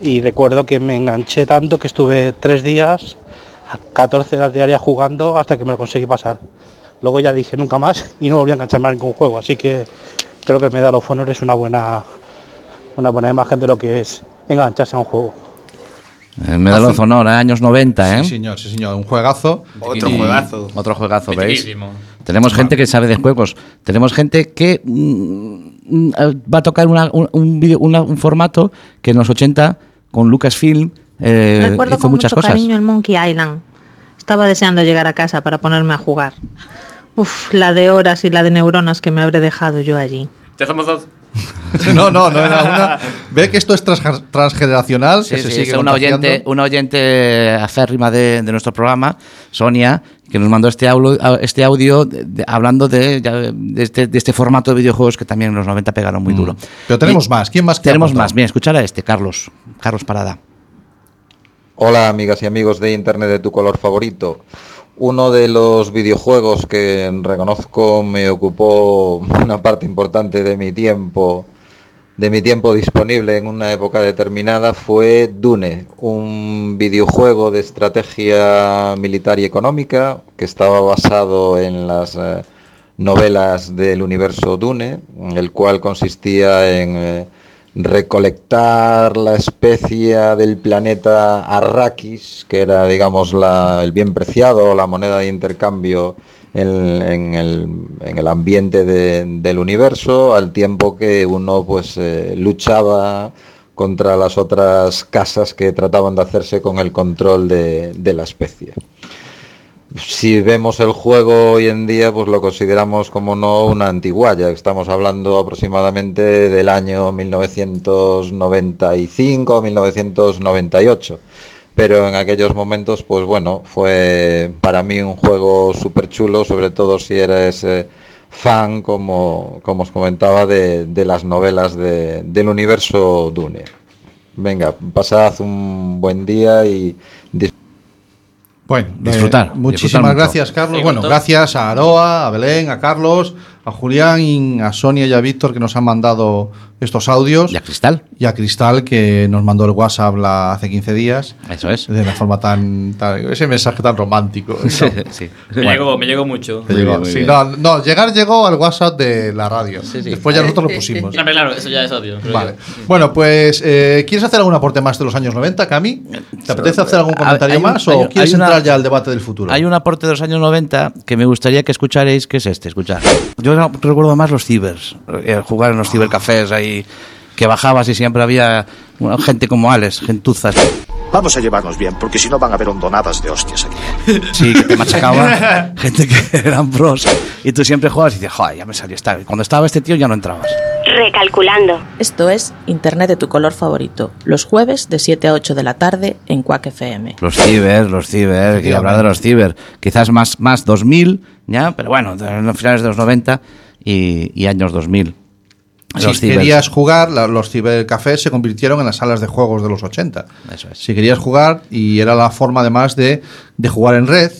Speaker 17: y recuerdo que me enganché tanto que estuve tres días, 14 horas diarias jugando hasta que me lo conseguí pasar. Luego ya dije nunca más y no volví a engancharme a ningún juego. Así que creo que Medal of Honor es una buena, una buena imagen de lo que es engancharse a un juego.
Speaker 1: Eh, Medal of Honor, ¿eh? años 90, ¿eh?
Speaker 2: Sí, señor, sí, señor. Un juegazo.
Speaker 1: Otro
Speaker 2: Y-
Speaker 1: juegazo. Otro juegazo, ¿veis?
Speaker 2: Mitiquísimo.
Speaker 1: Tenemos gente que sabe de juegos. Tenemos gente que mm, mm, eh, va a tocar una- un, un vídeo- una- un formato que en los 80, con Lucasfilm, eh,
Speaker 18: Recuerdo
Speaker 1: hizo
Speaker 18: con
Speaker 1: muchas
Speaker 18: mucho
Speaker 1: cosas.
Speaker 18: cariño el Monkey Island. Estaba deseando llegar a casa para ponerme a jugar. Uf, la de horas y la de neuronas que me habré dejado yo allí.
Speaker 5: Ya somos dos.
Speaker 2: no, no, no era una. Ve que esto es transge- transgeneracional.
Speaker 1: Sí,
Speaker 2: que se
Speaker 1: sí,
Speaker 2: sigue
Speaker 1: es una
Speaker 2: contagiando.
Speaker 1: oyente, una oyente acérrima de, de nuestro programa, Sonia, que nos mandó este audio, este audio de- de- hablando de, ya, de este, de este formato de videojuegos que también en los 90 pegaron
Speaker 2: Mm.
Speaker 1: muy duro.
Speaker 2: Pero tenemos más. ¿Quién más?
Speaker 1: Tenemos más. Bien, escuchar a este, Carlos. Carlos Parada.
Speaker 19: Hola amigas y amigos de Internet de tu color favorito. Uno de los videojuegos que reconozco me ocupó una parte importante de mi tiempo, de mi tiempo disponible en una época determinada fue Dune, un videojuego de estrategia militar y económica que estaba basado en las eh, novelas del universo Dune, el cual consistía en eh, recolectar la especie del planeta Arrakis, que era, digamos, la- el bien preciado, la moneda de intercambio en, en el, en el ambiente de- del universo, al tiempo que uno pues eh, luchaba contra las otras casas que trataban de hacerse con el control de- de la especie si vemos el juego hoy en día, pues lo consideramos como no una antiguaya. Estamos hablando aproximadamente del año 1995, 1998. Pero en aquellos momentos, pues bueno, fue para mí un juego súper chulo, sobre todo si eres eh, fan, como, como os comentaba, de, de las novelas de- del universo Dune. Venga, pasad un buen día y dis-
Speaker 2: Bueno, eh,
Speaker 19: Disfrutar, disfrutar
Speaker 2: muchísimas
Speaker 19: mucho.
Speaker 2: gracias, Carlos.
Speaker 19: Sí,
Speaker 2: bueno,
Speaker 19: con todo.
Speaker 2: gracias a Aroa, a Belén, a Carlos, a Julián, a Sonia y a Víctor que nos han mandado estos audios. Y a
Speaker 1: Cristal.
Speaker 2: Y a Cristal, que nos mandó el WhatsApp la- hace 15 días.
Speaker 1: Eso es.
Speaker 2: De la forma tan, tan- Ese mensaje tan romántico. ¿no?
Speaker 5: Me
Speaker 2: Bueno,
Speaker 5: llegó, me llegó mucho.
Speaker 2: te llegó. Sí, no, no, llegar llegó al WhatsApp de la radio. Después ya nosotros lo pusimos.
Speaker 5: No, pero Pues claro, eso ya es obvio. pero
Speaker 2: Vale.
Speaker 5: yo-
Speaker 2: Bueno, pues, eh, ¿quieres hacer algún aporte más de los años 90, Cami? ¿Te apetece hacer algún
Speaker 1: Eh, A ver,
Speaker 2: comentario
Speaker 1: hay un-
Speaker 2: más
Speaker 1: hay
Speaker 2: o
Speaker 1: un-
Speaker 2: quieres
Speaker 1: hay una-
Speaker 2: entrar ya al debate del futuro?
Speaker 1: Hay un aporte de los años 90 que me gustaría que escucharéis, que es este, escuchar. Yo no- recuerdo más los cibers, eh, jugar en los cibercafés ahí, que bajabas y siempre había bueno, gente como Alex, gentuzas.
Speaker 16: Vamos a llevarnos bien, porque si no van a haber hondonadas de hostias aquí.
Speaker 1: Sí, que te machacaba gente que eran pros. Y tú siempre jugabas y dices, joder, ya me salió esta. Cuando estaba este tío ya no entrabas.
Speaker 8: Recalculando. Esto es Internet de tu color favorito, los jueves de 7 a 8 de la tarde en Quack FM.
Speaker 1: Los ciber, los ciber, que hablar de los ciber. Quizás más, más 2000, ¿ya? Pero bueno, de- en los finales de los 90 y, y años 2000.
Speaker 2: Si
Speaker 1: Los cibers.
Speaker 2: querías jugar, la- los cibercafés se convirtieron en las salas de juegos de los 80. Si querías jugar, y era la forma además de, de jugar en red,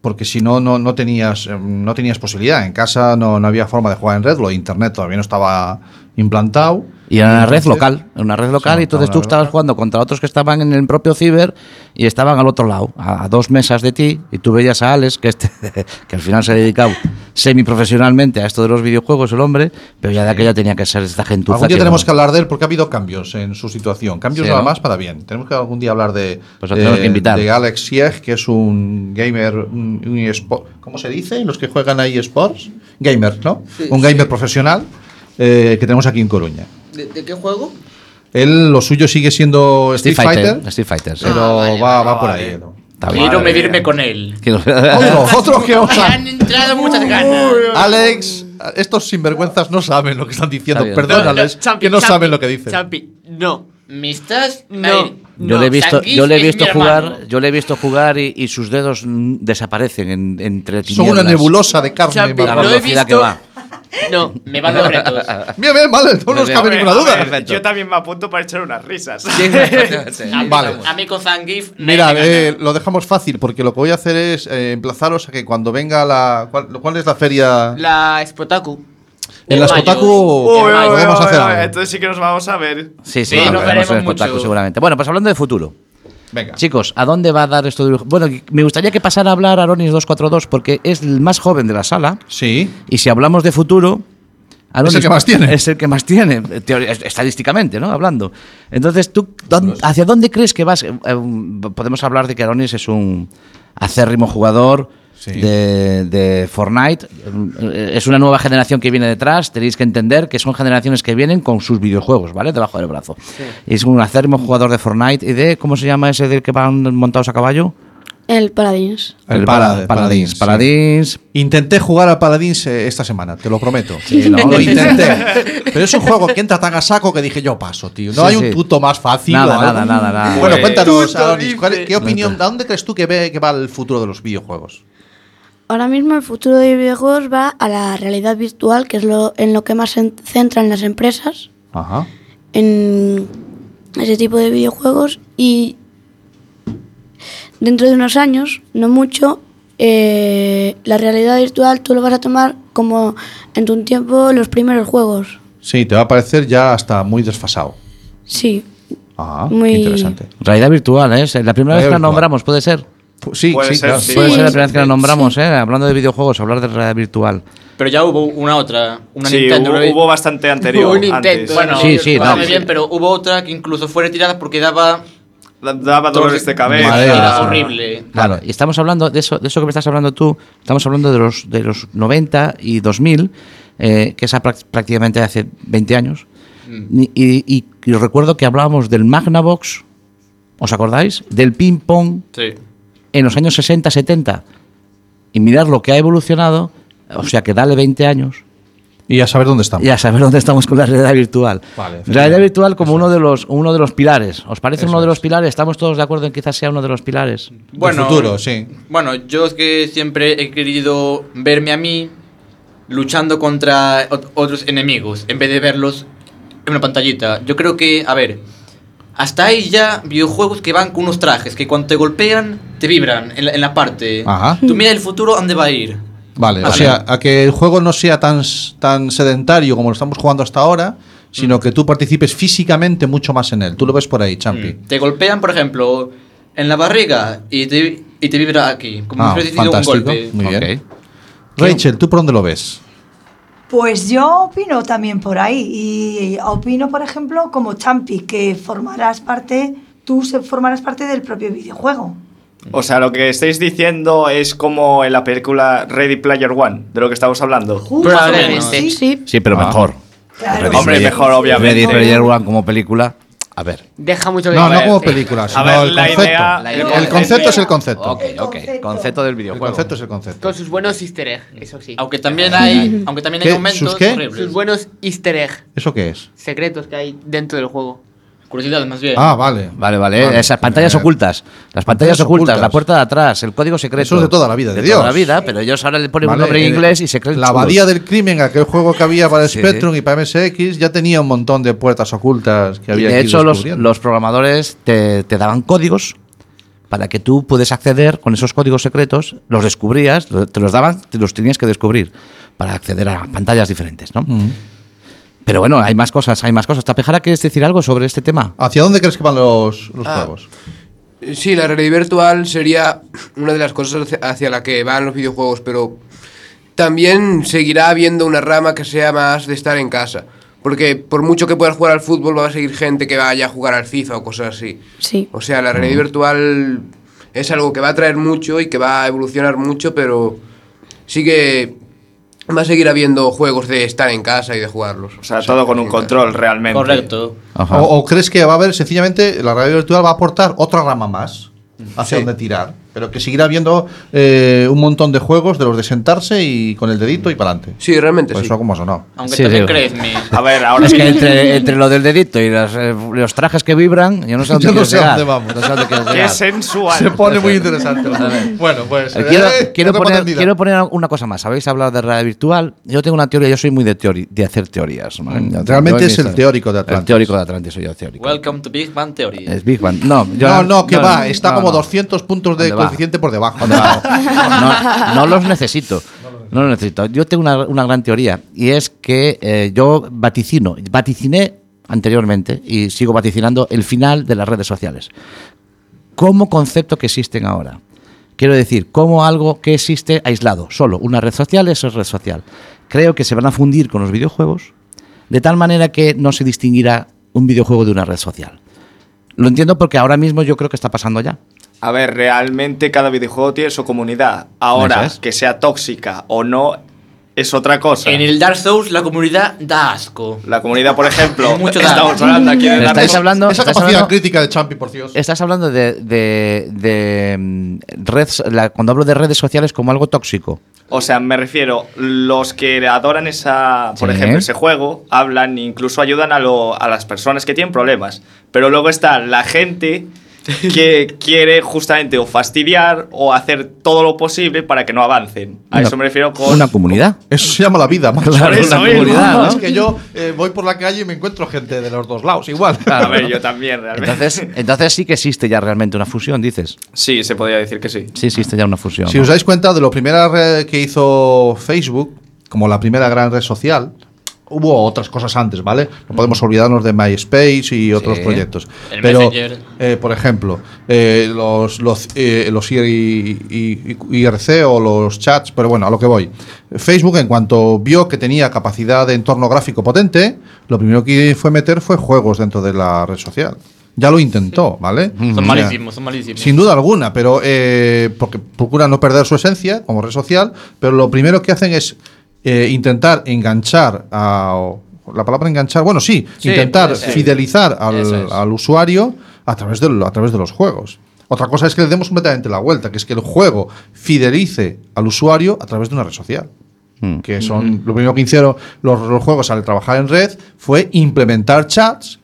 Speaker 2: porque si no, no, no tenías, eh, no tenías posibilidad. En casa no, no había forma de jugar en red, lo de internet todavía no estaba implantado.
Speaker 1: Y era una red
Speaker 2: Entonces,
Speaker 1: local, una red local,
Speaker 2: Sí,
Speaker 1: y entonces
Speaker 2: una
Speaker 1: tú
Speaker 2: red
Speaker 1: estabas jugando contra otros que estaban en el propio ciber y estaban al otro lado, a, a dos mesas de ti, y tú veías a Alex, que, este, que al final se ha dedicado semiprofesionalmente a esto de los videojuegos, el hombre, pero ya de aquella tenía que ser esta gentuza.
Speaker 2: Algún día
Speaker 1: que
Speaker 2: tenemos
Speaker 1: no.
Speaker 2: que hablar de él porque ha habido cambios en su situación. Cambios
Speaker 1: Sí,
Speaker 2: nada
Speaker 1: ¿no?
Speaker 2: más para bien. Tenemos que algún día hablar de,
Speaker 1: Pues lo
Speaker 2: de-
Speaker 1: tenemos que invitar.
Speaker 2: de Alex Sieg, que es un gamer, un, un eSpo- ¿cómo se dice? Los que juegan a eSports. Gamer, ¿no?
Speaker 10: Sí,
Speaker 2: un gamer profesional eh, que tenemos aquí en Coruña.
Speaker 10: ¿De, de qué juego?
Speaker 2: Él, lo suyo sigue siendo Street,
Speaker 1: Street Fighter,
Speaker 2: Fighter,
Speaker 1: Street Fighter, sí.
Speaker 2: pero
Speaker 1: Ah,
Speaker 2: va, va por ahí. ¿no?
Speaker 5: Quiero medirme con él.
Speaker 1: Quiero-
Speaker 2: Otro, otro que os ha-
Speaker 5: Han entrado muchas ganas.
Speaker 2: Alex, estos sinvergüenzas no saben lo que están diciendo.
Speaker 1: Está bien.
Speaker 2: Perdón,
Speaker 1: No, no,
Speaker 2: Alex, que no saben lo que dicen.
Speaker 10: Champi, no.
Speaker 5: ¿Me estás?
Speaker 10: No.
Speaker 1: Yo le he visto,
Speaker 5: Zangief
Speaker 1: yo le he
Speaker 5: es
Speaker 1: visto
Speaker 5: mi hermano.
Speaker 1: jugar, yo le he visto jugar y, y sus dedos mm, desaparecen en- entre
Speaker 2: Son una
Speaker 1: tinieblas.
Speaker 2: nebulosa de carne.
Speaker 1: Champi,
Speaker 2: Manolo.
Speaker 1: lo he visto-
Speaker 5: No, me van los retos.
Speaker 2: Bien, bien, vale, no
Speaker 1: Muy
Speaker 2: nos
Speaker 1: bien.
Speaker 2: cabe
Speaker 1: Hombre,
Speaker 2: ninguna duda.
Speaker 1: a ver,
Speaker 9: Yo también me apunto para echar unas risas.
Speaker 5: A mí-
Speaker 2: Vale.
Speaker 5: A mí con Zangief. nadie
Speaker 2: Mira,
Speaker 5: me gana.
Speaker 2: eh, lo dejamos fácil porque lo que voy a hacer es eh, emplazaros a que cuando venga la. ¿Cuál, cuál es la feria?
Speaker 10: La Spotaku.
Speaker 2: en la
Speaker 10: mayo.
Speaker 2: Spotaku
Speaker 10: Uy, uy, uy,
Speaker 2: podemos hacer
Speaker 9: Bueno,
Speaker 2: algo.
Speaker 9: entonces sí que nos vamos a ver.
Speaker 1: Sí, sí, nos veremos en el espectáculo seguramente. Bueno, pues hablando de futuro.
Speaker 2: Venga.
Speaker 1: Chicos, ¿a dónde va a dar esto? de- Bueno, me gustaría que pasara a hablar Aronis 242 porque es el más joven de la sala.
Speaker 2: Sí.
Speaker 1: Y si hablamos de futuro, Aronis
Speaker 2: Es el que más tiene.
Speaker 1: Es el que más tiene, teori- estadísticamente, ¿no? Hablando. Entonces, ¿tú dón- hacia dónde crees que vas? Eh, eh, podemos hablar de que Aronis es un acérrimo jugador de, de Fortnite. Eh, Es una nueva generación que viene detrás. Tenéis que entender que son generaciones que vienen con sus videojuegos, ¿vale? Debajo del brazo. Es un acérrimo jugador de Fortnite y de, ¿cómo se llama ese del que van montados a caballo?
Speaker 3: El Paradis.
Speaker 2: El
Speaker 1: Paladins.
Speaker 2: Paladins. Paladins.
Speaker 1: Paladins. Paladins.
Speaker 2: Intenté jugar a Paladins eh, esta semana, te lo prometo.
Speaker 1: Sí, no.
Speaker 2: Lo intenté. Pero es un juego que entra tan a saco que dije yo paso, tío. No
Speaker 1: Sí,
Speaker 2: hay un
Speaker 1: sí.
Speaker 2: tuto más fácil.
Speaker 1: Nada,
Speaker 2: o algo.
Speaker 1: nada, nada, nada.
Speaker 2: Bueno,
Speaker 1: Pues-
Speaker 2: cuéntanos,
Speaker 1: Tuto,
Speaker 2: Adonis, ¿cuál es- ¿qué
Speaker 1: dice.
Speaker 2: opinión, ¿a dónde crees tú que, ve, que va el futuro de los videojuegos?
Speaker 3: Ahora mismo el futuro de videojuegos va a la realidad virtual, que es lo en lo que más se en- centran las empresas,
Speaker 2: Ajá.
Speaker 3: en ese tipo de videojuegos y dentro de unos años, no mucho, eh, la realidad virtual tú lo vas a tomar como en tu tiempo los primeros juegos.
Speaker 2: Sí, te va a parecer ya hasta muy desfasado.
Speaker 3: Sí.
Speaker 2: Ah,
Speaker 3: Muy-
Speaker 2: qué interesante.
Speaker 1: Realidad virtual, ¿eh? Es La
Speaker 2: Realidad
Speaker 1: primera vez que la
Speaker 2: virtual.
Speaker 1: nombramos, ¿puede ser?
Speaker 2: sí, Puede sí, ser, claro. sí.
Speaker 1: Puede ser la primera vez que la
Speaker 2: Sí.
Speaker 1: nombramos, ¿eh? Hablando de videojuegos, hablar de realidad virtual.
Speaker 5: Pero ya hubo una otra. Una
Speaker 9: Sí,
Speaker 5: Nintendo.
Speaker 9: hubo, hubo bastante anterior.
Speaker 5: Hubo un Nintendo.
Speaker 9: antes.
Speaker 5: Bueno,
Speaker 1: Sí, sí,
Speaker 5: vale,
Speaker 1: no.
Speaker 5: bien, pero hubo otra que incluso fue retirada porque daba.
Speaker 9: Daba dolores de cabeza.
Speaker 1: Madre
Speaker 5: Era
Speaker 1: mía.
Speaker 5: horrible.
Speaker 1: Claro, y estamos hablando de eso, de eso que me estás hablando tú, estamos hablando de los, de los 90 y 2000, eh, que es a prac- prácticamente hace 20 años.
Speaker 2: Mm.
Speaker 1: Y, y- y- y recuerdo que hablábamos del Magnavox, ¿os acordáis? Del ping-pong
Speaker 5: Sí.
Speaker 1: en los años 60, 70. Y mirar lo que ha evolucionado, o sea que dale 20 años.
Speaker 2: Y a saber dónde estamos.
Speaker 1: Y a saber dónde estamos con la realidad virtual.
Speaker 2: Vale,
Speaker 1: realidad virtual como uno de, los, uno de los pilares. ¿Os parece
Speaker 2: Eso
Speaker 1: uno de los pilares? ¿Estamos todos de acuerdo en que quizás sea uno de los pilares?
Speaker 5: Bueno,
Speaker 2: futuro, sí.
Speaker 5: Bueno, yo es que siempre he querido verme a mí luchando contra ot- otros enemigos en vez de verlos en una pantallita. Yo creo que, a ver, hasta hay ya videojuegos que van con unos trajes que cuando te golpean te vibran en la, en la parte.
Speaker 2: Ajá.
Speaker 5: Tú mira el futuro, ¿a ¿dónde va a ir?
Speaker 2: Vale, o
Speaker 5: Vale.
Speaker 2: sea, a que el juego no sea tan, tan sedentario como lo estamos jugando hasta ahora, sino que tú participes físicamente mucho más en él. Tú lo ves por ahí, Champi.
Speaker 5: Mm. Te golpean, por ejemplo, en la barriga y te, y te vibra aquí. Como
Speaker 2: Ah,
Speaker 5: si hubiese sido un
Speaker 2: fantástico.
Speaker 5: golpe.
Speaker 2: Muy bien. Rachel, ¿tú por dónde lo ves?
Speaker 20: Pues yo opino también por ahí. Y opino, por ejemplo, como Champi, que formarás parte, tú se- formarás parte del propio videojuego.
Speaker 9: O sea, lo que estáis diciendo es como en la película Ready Player One, de lo que estamos hablando.
Speaker 3: Uh,
Speaker 1: Probablemente.
Speaker 20: Sí, sí.
Speaker 1: Sí, pero
Speaker 2: Ah.
Speaker 1: mejor. Ready
Speaker 9: Hombre,
Speaker 1: Player-
Speaker 9: mejor, obviamente.
Speaker 1: Ready Player One como película. A ver.
Speaker 10: Deja mucho que
Speaker 2: No, no
Speaker 10: desear.
Speaker 2: como película, sino
Speaker 1: A ver,
Speaker 2: el
Speaker 1: la
Speaker 2: concepto.
Speaker 1: idea-
Speaker 2: El-
Speaker 1: la idea-
Speaker 2: el concepto es el concepto.
Speaker 1: Ok, ok. Concepto del videojuego.
Speaker 2: El concepto es el concepto.
Speaker 10: Con sus buenos easter egg, eso sí.
Speaker 5: Aunque también hay- aunque también
Speaker 2: hay ¿Qué? momentos ¿Sus qué? horribles.
Speaker 10: Sus buenos easter egg,
Speaker 2: ¿Eso qué es?
Speaker 10: secretos que hay dentro del juego.
Speaker 5: Curiosidades más bien.
Speaker 2: Ah, vale.
Speaker 1: Vale, vale.
Speaker 2: Vale. Eh,
Speaker 1: Esas pantallas ocultas. Las pantallas
Speaker 2: Pantallas
Speaker 1: ocultas,
Speaker 2: ocultas.
Speaker 1: la puerta de atrás, el código secreto.
Speaker 2: Eso es de toda la vida, de
Speaker 1: toda
Speaker 2: Dios.
Speaker 1: la vida, pero ellos ahora le ponen un
Speaker 2: Vale,
Speaker 1: nombre en
Speaker 2: eh,
Speaker 1: inglés y se creen
Speaker 2: La
Speaker 1: chulos.
Speaker 2: abadía del crimen, aquel juego que había para
Speaker 1: Sí,
Speaker 2: Spectrum y para MSX, ya tenía un montón de puertas ocultas que
Speaker 1: Y
Speaker 2: había
Speaker 1: de
Speaker 2: que ir
Speaker 1: hecho, los,
Speaker 2: descubriendo.
Speaker 1: los programadores te, te daban códigos para que tú puedes acceder con esos códigos secretos, los descubrías, lo- te los daban, te los tenías que descubrir para acceder a pantallas diferentes, ¿no?
Speaker 2: Mm.
Speaker 1: Pero bueno, hay más cosas, hay más cosas. Tapejara, ¿quieres decir algo sobre este tema?
Speaker 2: ¿Hacia dónde crees que van los, los
Speaker 1: Ah.
Speaker 2: juegos?
Speaker 21: Sí, la realidad virtual sería una de las cosas hacia- hacia la que van los videojuegos, pero también seguirá habiendo una rama que sea más de estar en casa. Porque por mucho que puedas jugar al fútbol, va a seguir gente que vaya a jugar al FIFA o cosas así.
Speaker 20: Sí.
Speaker 21: O sea, la realidad virtual es algo que va a traer mucho y que va a evolucionar mucho, pero sí que va a seguir habiendo juegos de estar en casa y de jugarlos. O sea,
Speaker 9: todo con un control realmente.
Speaker 21: Correcto.
Speaker 2: O, o crees que va a haber sencillamente la radio virtual va a aportar otra rama más hacia
Speaker 21: Sí.
Speaker 2: dónde tirar? Pero que seguirá habiendo eh, un montón de juegos de los de sentarse y con el dedito y para adelante.
Speaker 21: Sí, realmente
Speaker 2: Pues
Speaker 21: sí.
Speaker 2: eso como ha sonado.
Speaker 1: Sí, sí.
Speaker 9: A ver, ahora
Speaker 1: es que entre, entre lo del dedito y las, eh, los trajes que vibran, yo no sé a dónde,
Speaker 2: Yo no
Speaker 1: quieres
Speaker 2: sé a
Speaker 1: llegar.
Speaker 2: dónde vamos.
Speaker 1: No sé a dónde quieres
Speaker 9: Qué
Speaker 1: llegar.
Speaker 9: sensual.
Speaker 2: Se pone muy interesante. la verdad. bueno, pues.
Speaker 1: Eh, Quiero,
Speaker 2: eh,
Speaker 1: quiero
Speaker 2: otra
Speaker 1: poner,
Speaker 2: patentita.
Speaker 1: quiero poner una cosa más. Habéis hablado de realidad virtual. Yo tengo una teoría, yo soy muy de, teori- de hacer teorías. ¿vale?
Speaker 2: Mm,
Speaker 1: Yo-
Speaker 2: realmente
Speaker 1: yo-
Speaker 2: es el teórico de
Speaker 1: El
Speaker 2: Atlantis.
Speaker 1: teórico de Atlantis, soy yo teórico.
Speaker 5: Welcome to Big Bang Theory.
Speaker 1: Es Big Bang. No, yo-
Speaker 2: No, no, que
Speaker 1: yo-
Speaker 2: va. Está
Speaker 1: no,
Speaker 2: como
Speaker 1: no.
Speaker 2: 200 puntos de
Speaker 1: ¿Dónde va?
Speaker 2: coeficiente por debajo.
Speaker 1: No, no los necesito. No los necesito. Yo tengo una, una gran teoría y es que eh, yo vaticino, vaticiné anteriormente y sigo vaticinando el final de las redes sociales. Como concepto que existen ahora. Quiero decir, como algo que existe aislado, solo. Una red social, eso es red social. Creo que se van a fundir con los videojuegos de tal manera que no se distinguirá un videojuego de una red social. Lo entiendo porque ahora mismo yo creo que está pasando ya.
Speaker 9: A ver, realmente cada videojuego tiene su comunidad. Ahora,
Speaker 1: Eso es.
Speaker 9: que sea tóxica o no, es otra cosa.
Speaker 5: En el Dark Souls la comunidad da asco.
Speaker 9: La comunidad, por ejemplo,
Speaker 5: Mucho
Speaker 9: estamos
Speaker 5: daño.
Speaker 9: hablando aquí de Dark
Speaker 1: Estáis
Speaker 9: Souls.
Speaker 1: hablando,
Speaker 2: Esa
Speaker 1: estáis
Speaker 2: capacidad
Speaker 1: hablando-
Speaker 2: crítica de Champi, por Dios.
Speaker 1: Estás hablando de, de, de, mm, red so- la- cuando hablo de redes sociales como algo tóxico.
Speaker 9: O sea, me refiero, los que adoran esa, por
Speaker 1: Sí.
Speaker 9: ejemplo, ese juego, hablan, incluso ayudan a, lo- a las personas que tienen problemas. Pero luego está la gente que quiere justamente o fastidiar o hacer todo lo posible para que no avancen. A
Speaker 1: Una-
Speaker 9: eso me refiero con...
Speaker 1: Una comunidad.
Speaker 2: Eso se llama la vida, macho.
Speaker 1: Claro,
Speaker 9: Por
Speaker 1: una
Speaker 9: eso mismo.
Speaker 1: comunidad, ¿no?
Speaker 2: Es que yo eh, voy por la calle y me encuentro gente de los dos lados, igual.
Speaker 9: A ver, yo también, realmente.
Speaker 1: Entonces, entonces sí que existe ya realmente una fusión, dices.
Speaker 9: Sí, se podría decir que sí.
Speaker 1: Sí existe ya una fusión.
Speaker 2: Si os dais cuenta de lo primera red que hizo Facebook, como la primera gran red social, hubo otras cosas antes, ¿vale? No podemos olvidarnos de MySpace y otros proyectos.
Speaker 5: El
Speaker 2: Pero,
Speaker 5: Messenger.
Speaker 2: eh, por ejemplo, eh, los, los, eh, los IR y- y- IRC o los chats, pero bueno, a lo que voy. Facebook, en cuanto vio que tenía capacidad de entorno gráfico potente, lo primero que fue meter fue juegos dentro de la red social. Ya lo intentó, ¿vale? O sea,
Speaker 5: Son malísimos, son malísimos.
Speaker 2: sin duda alguna, pero eh, porque procura no perder su esencia como red social, pero lo primero que hacen es eh, intentar enganchar a. o- La palabra enganchar, bueno, sí,
Speaker 22: Sí,
Speaker 2: intentar
Speaker 22: puede ser.
Speaker 2: fidelizar al,
Speaker 22: Eso es.
Speaker 2: al usuario a través, de, a través de los juegos. Otra cosa es que le demos completamente la vuelta, que es que el juego fidelice al usuario a través de una red social. Que son lo primero que hicieron los, los juegos al trabajar en red fue implementar chats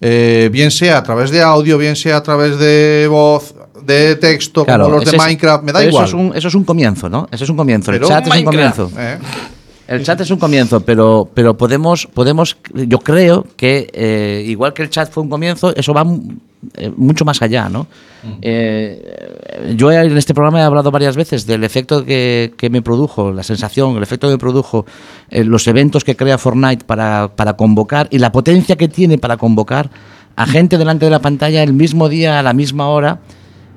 Speaker 2: eh, bien sea a través de audio, bien sea a través de voz, de texto,
Speaker 1: Claro,
Speaker 2: como los
Speaker 1: ese
Speaker 2: de
Speaker 1: es-
Speaker 2: Minecraft, me da
Speaker 1: pero
Speaker 2: igual.
Speaker 1: Eso es, un, eso es un comienzo, ¿no? Eso es un comienzo.
Speaker 2: Pero-
Speaker 1: el chat es un
Speaker 2: Minecraft,
Speaker 1: comienzo.
Speaker 2: eh.
Speaker 1: El chat es un comienzo, pero, pero podemos, podemos, yo creo que eh, igual que el chat fue un comienzo, eso va mm, eh, mucho más allá, ¿no? Eh, yo he- en este programa he hablado varias veces del efecto que, que me produjo, la sensación, el efecto que me produjo, eh, los eventos que crea Fortnite para, para convocar y la potencia que tiene para convocar a gente delante de la pantalla el mismo día, a la misma hora,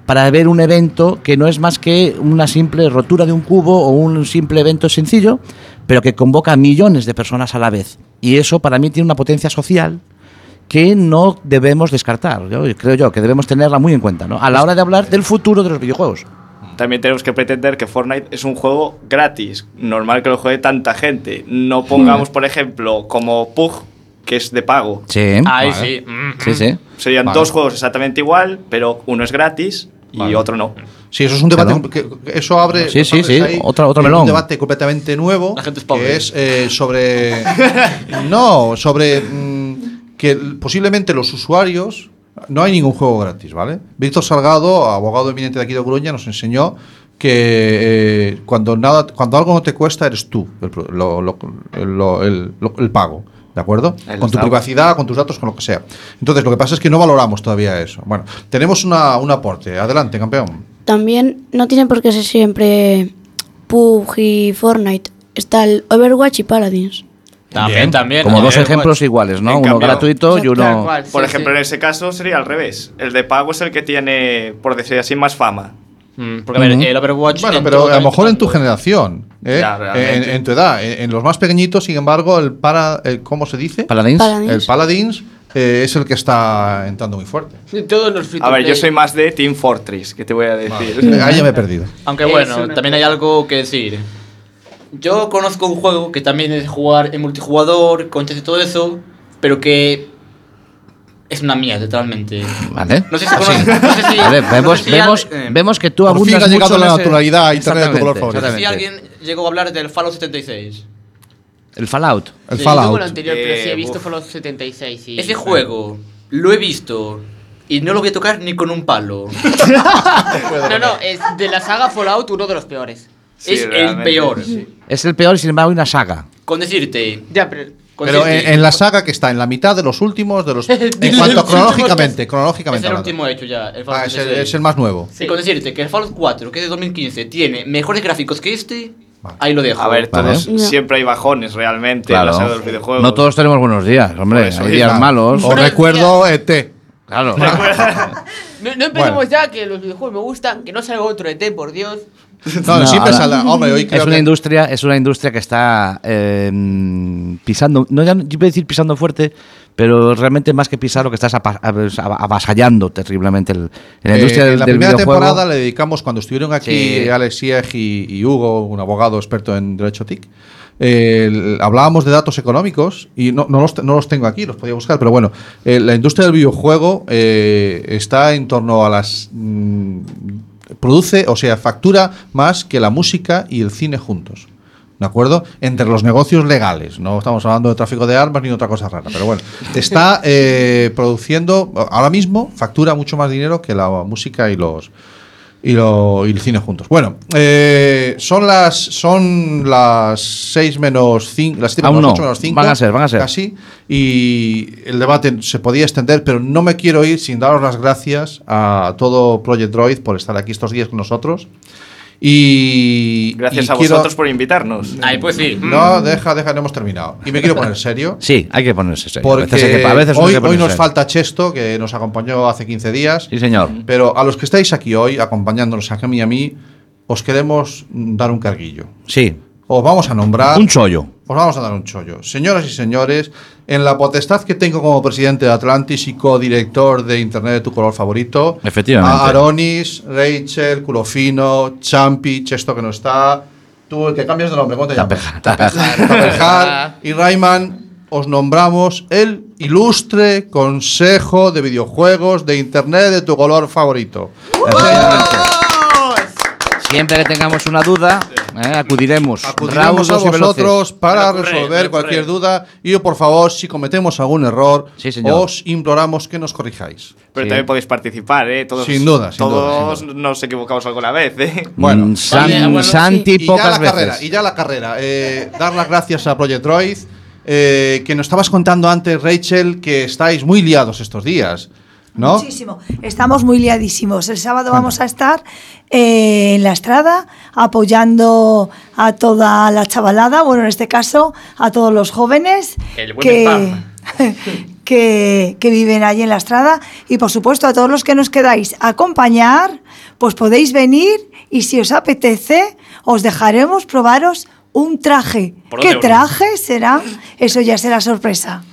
Speaker 1: para ver un evento que no es más que una simple rotura de un cubo o un simple evento sencillo, pero que convoca a millones de personas a la vez. Y eso para mí tiene una potencia social que no debemos descartar, yo creo yo, que debemos tenerla muy en cuenta, ¿no? A la hora de hablar del futuro de los videojuegos.
Speaker 9: También tenemos que pretender que Fortnite es un juego gratis. Normal que lo juegue tanta gente. No pongamos, por ejemplo, como Pug, que es de pago.
Speaker 1: Sí.
Speaker 9: Ahí
Speaker 1: Vale.
Speaker 9: sí.
Speaker 1: Sí, sí.
Speaker 9: Serían
Speaker 1: Vale.
Speaker 9: dos juegos exactamente igual, pero uno es gratis y
Speaker 2: Vale.
Speaker 9: otro no.
Speaker 2: Sí, eso es un debate. que- que eso abre.
Speaker 1: Sí, sí,
Speaker 2: abres
Speaker 1: sí,
Speaker 2: ahí
Speaker 1: otra- otro melón.
Speaker 2: Un debate completamente nuevo. Que es eh, sobre. no, sobre. mm, que l- posiblemente los usuarios. No hay ningún juego gratis, ¿vale? Víctor Salgado, abogado eminente de aquí de Coruña, nos enseñó que eh, cuando, nada, cuando algo no te cuesta, eres tú el, pro- lo- lo- lo- el- lo- el pago, ¿de acuerdo?
Speaker 9: Ahí
Speaker 2: Con tu
Speaker 9: está.
Speaker 2: privacidad, con tus datos, con lo que sea. Entonces, lo que pasa es que no valoramos todavía eso. Bueno, tenemos una- un aporte. Adelante, campeón.
Speaker 3: También no tiene por qué ser siempre PUBG y Fortnite. Está el Overwatch y Paladins.
Speaker 1: También, eh,
Speaker 5: también. eh, pues,
Speaker 1: Como dos
Speaker 5: Overwatch.
Speaker 1: iguales. iguales, ¿no?
Speaker 9: En
Speaker 1: Uno
Speaker 9: cambio-
Speaker 1: gratuito y uno.
Speaker 9: Por ejemplo, en ese caso sería al revés. El de pago es el que tiene, por decir así, más fama.
Speaker 5: Porque a ver, el Overwatch.
Speaker 9: Bueno,
Speaker 2: Bueno,
Speaker 5: entró
Speaker 2: pero a lo
Speaker 5: también-
Speaker 2: mejor en tu generación, ¿eh?
Speaker 5: Ya,
Speaker 2: en,
Speaker 5: realmente.
Speaker 2: en tu edad, en, en los más pequeñitos, sin embargo, el para, el- ¿cómo se dice?
Speaker 1: Paladins.
Speaker 5: Paladins.
Speaker 2: El Paladins eh, es el que está entrando muy fuerte.
Speaker 10: Todos los free to
Speaker 9: A ver,
Speaker 10: play.
Speaker 9: yo soy más de Team Fortress, que te voy a decir.
Speaker 2: Vale. Ahí ya me he perdido.
Speaker 5: Aunque
Speaker 10: Es
Speaker 5: bueno,
Speaker 10: una-
Speaker 5: también hay algo que decir. Yo conozco un juego que también es jugar en multijugador, con chats y todo eso, pero que es una mía, totalmente.
Speaker 1: Vale.
Speaker 5: No sé si conoces. No sé si,
Speaker 1: Vale,
Speaker 5: no
Speaker 1: vemos,
Speaker 5: sé si
Speaker 1: vemos,
Speaker 5: al- eh,
Speaker 1: vemos que tú
Speaker 2: Por fin
Speaker 1: abundas
Speaker 2: ha llegado
Speaker 1: mucho
Speaker 2: la
Speaker 1: en ese-
Speaker 2: naturalidad a Internet de tu color
Speaker 1: Exactamente,
Speaker 2: favorito.
Speaker 5: no sé si
Speaker 1: exactamente.
Speaker 5: alguien llegó a hablar del Fallout 76.
Speaker 1: El Fallout.
Speaker 2: El
Speaker 5: Sí,
Speaker 2: Fallout.
Speaker 5: yo
Speaker 12: Como lo anterior, pero sí
Speaker 5: Eh,
Speaker 12: he visto
Speaker 5: buf.
Speaker 12: Fallout 76. Y...
Speaker 5: Ese juego lo he visto y no lo voy a tocar ni con un palo.
Speaker 12: No, no, es de la saga Fallout uno de los peores.
Speaker 2: Sí,
Speaker 5: es el
Speaker 2: realmente,
Speaker 5: peor.
Speaker 1: Es el peor y sin embargo hay una saga.
Speaker 5: Con decirte.
Speaker 10: Ya, pero.
Speaker 2: Pero en, en la saga que está en la mitad de los últimos, de los. En cuanto cronológicamente,
Speaker 5: Es
Speaker 2: cronológicamente.
Speaker 5: el
Speaker 2: hablando.
Speaker 5: último hecho ya. El Fallout
Speaker 2: Ah, es el,
Speaker 5: 76.
Speaker 2: es el más nuevo.
Speaker 5: Y con decirte que el Fallout 4, que es de 2015, tiene mejores gráficos que este, ahí lo dejo.
Speaker 9: A ver,
Speaker 1: Vale.
Speaker 9: todos, siempre hay bajones realmente
Speaker 1: Claro.
Speaker 9: en la saga de los videojuegos. Pues
Speaker 1: No todos tenemos buenos días, hombre.
Speaker 9: eso,
Speaker 1: hay
Speaker 9: sí,
Speaker 1: días
Speaker 9: claro.
Speaker 1: malos.
Speaker 2: Os recuerdo E ET.
Speaker 1: Claro.
Speaker 12: No, no empecemos ya, que los videojuegos me gustan, que no salga otro ET, por Dios.
Speaker 2: No, siempre
Speaker 1: ahora-
Speaker 2: sale- hombre, hoy creo
Speaker 1: es una
Speaker 2: que-
Speaker 1: industria, es una industria que está eh, pisando, no ya, yo voy a decir pisando fuerte, pero realmente más que pisar lo que estás apa- a- avasallando terriblemente el, en la
Speaker 2: Eh,
Speaker 1: industria del,
Speaker 2: en la
Speaker 1: del
Speaker 2: primera
Speaker 1: videojuego.
Speaker 2: temporada le dedicamos, cuando estuvieron aquí
Speaker 1: Sí.
Speaker 2: Alex Sieg y, y Hugo, un abogado experto en derecho TIC, eh, el- hablábamos de datos económicos y no, no los, te- no los tengo aquí, los podía buscar, pero bueno, eh, la industria del videojuego eh, está en torno a las... mm, produce, o sea, factura más que la música y el cine juntos. ¿De acuerdo? Entre los negocios legales. No estamos hablando de tráfico de armas ni de otra cosa rara. Pero bueno, está eh, produciendo, ahora mismo factura mucho más dinero que la música y los... Y, lo- y el cine juntos. Bueno, eh, son las son las 6 menos 5, las siete
Speaker 1: Aún
Speaker 2: menos
Speaker 1: no.
Speaker 2: ocho menos cinco,
Speaker 1: Van a ser, van a ser.
Speaker 2: Casi. Y el debate se podía extender, pero no me quiero ir sin daros las gracias a todo Project Droid por estar aquí estos días con nosotros. Y
Speaker 9: Gracias
Speaker 2: y
Speaker 9: a
Speaker 2: quiero-
Speaker 9: vosotros por invitarnos.
Speaker 5: Ahí pues sí.
Speaker 2: No, deja, deja, no hemos terminado. Y me quiero poner serio.
Speaker 1: Sí, hay que ponerse serio.
Speaker 2: Porque
Speaker 1: a veces, hay que- a veces uno
Speaker 2: hoy,
Speaker 1: hay que
Speaker 2: hoy
Speaker 1: ponerse
Speaker 2: nos
Speaker 1: serio.
Speaker 2: falta Chesto, que nos acompañó hace 15 días.
Speaker 1: Sí, señor.
Speaker 2: Pero a los que estáis aquí hoy, acompañándonos a Gemi y a mí, os queremos mm, dar un carguillo.
Speaker 1: Sí.
Speaker 2: Os vamos a nombrar.
Speaker 1: Un chollo.
Speaker 2: Os vamos a dar un chollo. Señoras y señores, en la potestad que tengo como presidente de Atlantis y codirector de Internet de tu color favorito,
Speaker 1: Efectivamente.
Speaker 2: a Aronis, Rachel, Culofino, Champi, Chesto que no está, tú el que cambias de nombre, ¿cómo te llamas? Tapejar y Rayman, os nombramos el ilustre Consejo de Videojuegos de Internet de tu color favorito.
Speaker 1: Siempre que tengamos una duda, eh, acudiremos.
Speaker 2: Acudiremos
Speaker 1: Raudos y
Speaker 2: a
Speaker 1: veloces.
Speaker 2: vosotros para resolver cualquier duda y por favor, si cometemos algún error,
Speaker 9: señor.
Speaker 2: os imploramos que nos corrijáis.
Speaker 9: Pero también podéis participar, ¿eh? Todos,
Speaker 2: Sin duda, sin duda, sin
Speaker 9: Todos nos equivocamos alguna vez, ¿eh?
Speaker 1: Bueno, Mm, Santi
Speaker 2: y ya
Speaker 1: pocas
Speaker 2: la
Speaker 1: veces.
Speaker 2: Carrera, y ya la carrera. Eh, dar las gracias a Project Droid, eh, que nos estabas contando antes, Rachel, que estáis muy liados estos días, ¿no?
Speaker 20: Muchísimo. Estamos muy liadísimos. El sábado vamos a estar eh, en la estrada apoyando a toda la chavalada, bueno, en este caso a todos los jóvenes
Speaker 15: El buen
Speaker 20: que,
Speaker 15: spam.
Speaker 20: que, que viven allí en la estrada y por supuesto a todos los que nos quedáis a acompañar, pues podéis venir y si os apetece os dejaremos probaros un traje.
Speaker 2: Por
Speaker 20: ¿Qué
Speaker 2: dos euros.
Speaker 20: traje será? Eso ya será sorpresa.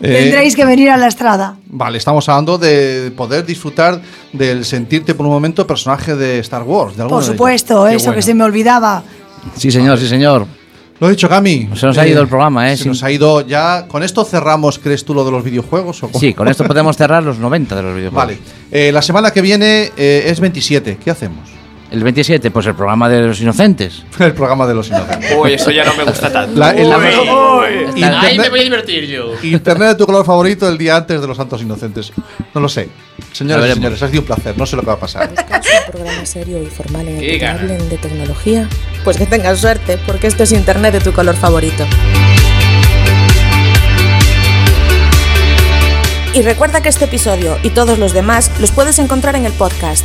Speaker 2: Eh,
Speaker 20: Tendréis que venir a la estrada.
Speaker 2: Vale, estamos hablando de poder disfrutar del sentirte por un momento personaje de Star Wars. De alguno
Speaker 20: Por
Speaker 2: de ellos.
Speaker 20: supuesto,
Speaker 2: Qué
Speaker 20: eso
Speaker 2: bueno.
Speaker 20: que se me olvidaba.
Speaker 1: Sí, señor, sí, señor.
Speaker 2: Lo he dicho, Cami.
Speaker 1: Se nos ha
Speaker 2: Eh,
Speaker 1: ido el programa, ¿eh?
Speaker 2: Se
Speaker 1: Sin-
Speaker 2: nos ha ido ya. ¿Con esto cerramos, crees tú, lo de los videojuegos? o cómo?
Speaker 1: Sí, con esto podemos cerrar los 90 de los videojuegos.
Speaker 2: Vale. Eh, la semana que viene eh, es 27. ¿Qué hacemos?
Speaker 1: El 27, pues el programa de los inocentes.
Speaker 2: El programa de los inocentes.
Speaker 9: Uy, eso ya no me gusta tanto.
Speaker 2: La- el-
Speaker 9: Uy,
Speaker 2: Uy.
Speaker 9: uy.
Speaker 2: Internet-
Speaker 5: Ahí me voy a divertir yo.
Speaker 2: Internet de tu color favorito el día antes de los Santos Inocentes. No lo sé. Señoras y
Speaker 1: veremos.
Speaker 2: señores, ha sido un placer. No sé lo que va a pasar.
Speaker 8: un programa serio y formal en el que hablen de tecnología? Pues que tengan suerte, porque esto es Internet de tu color favorito. Y recuerda que este episodio y todos los demás los puedes encontrar en el podcast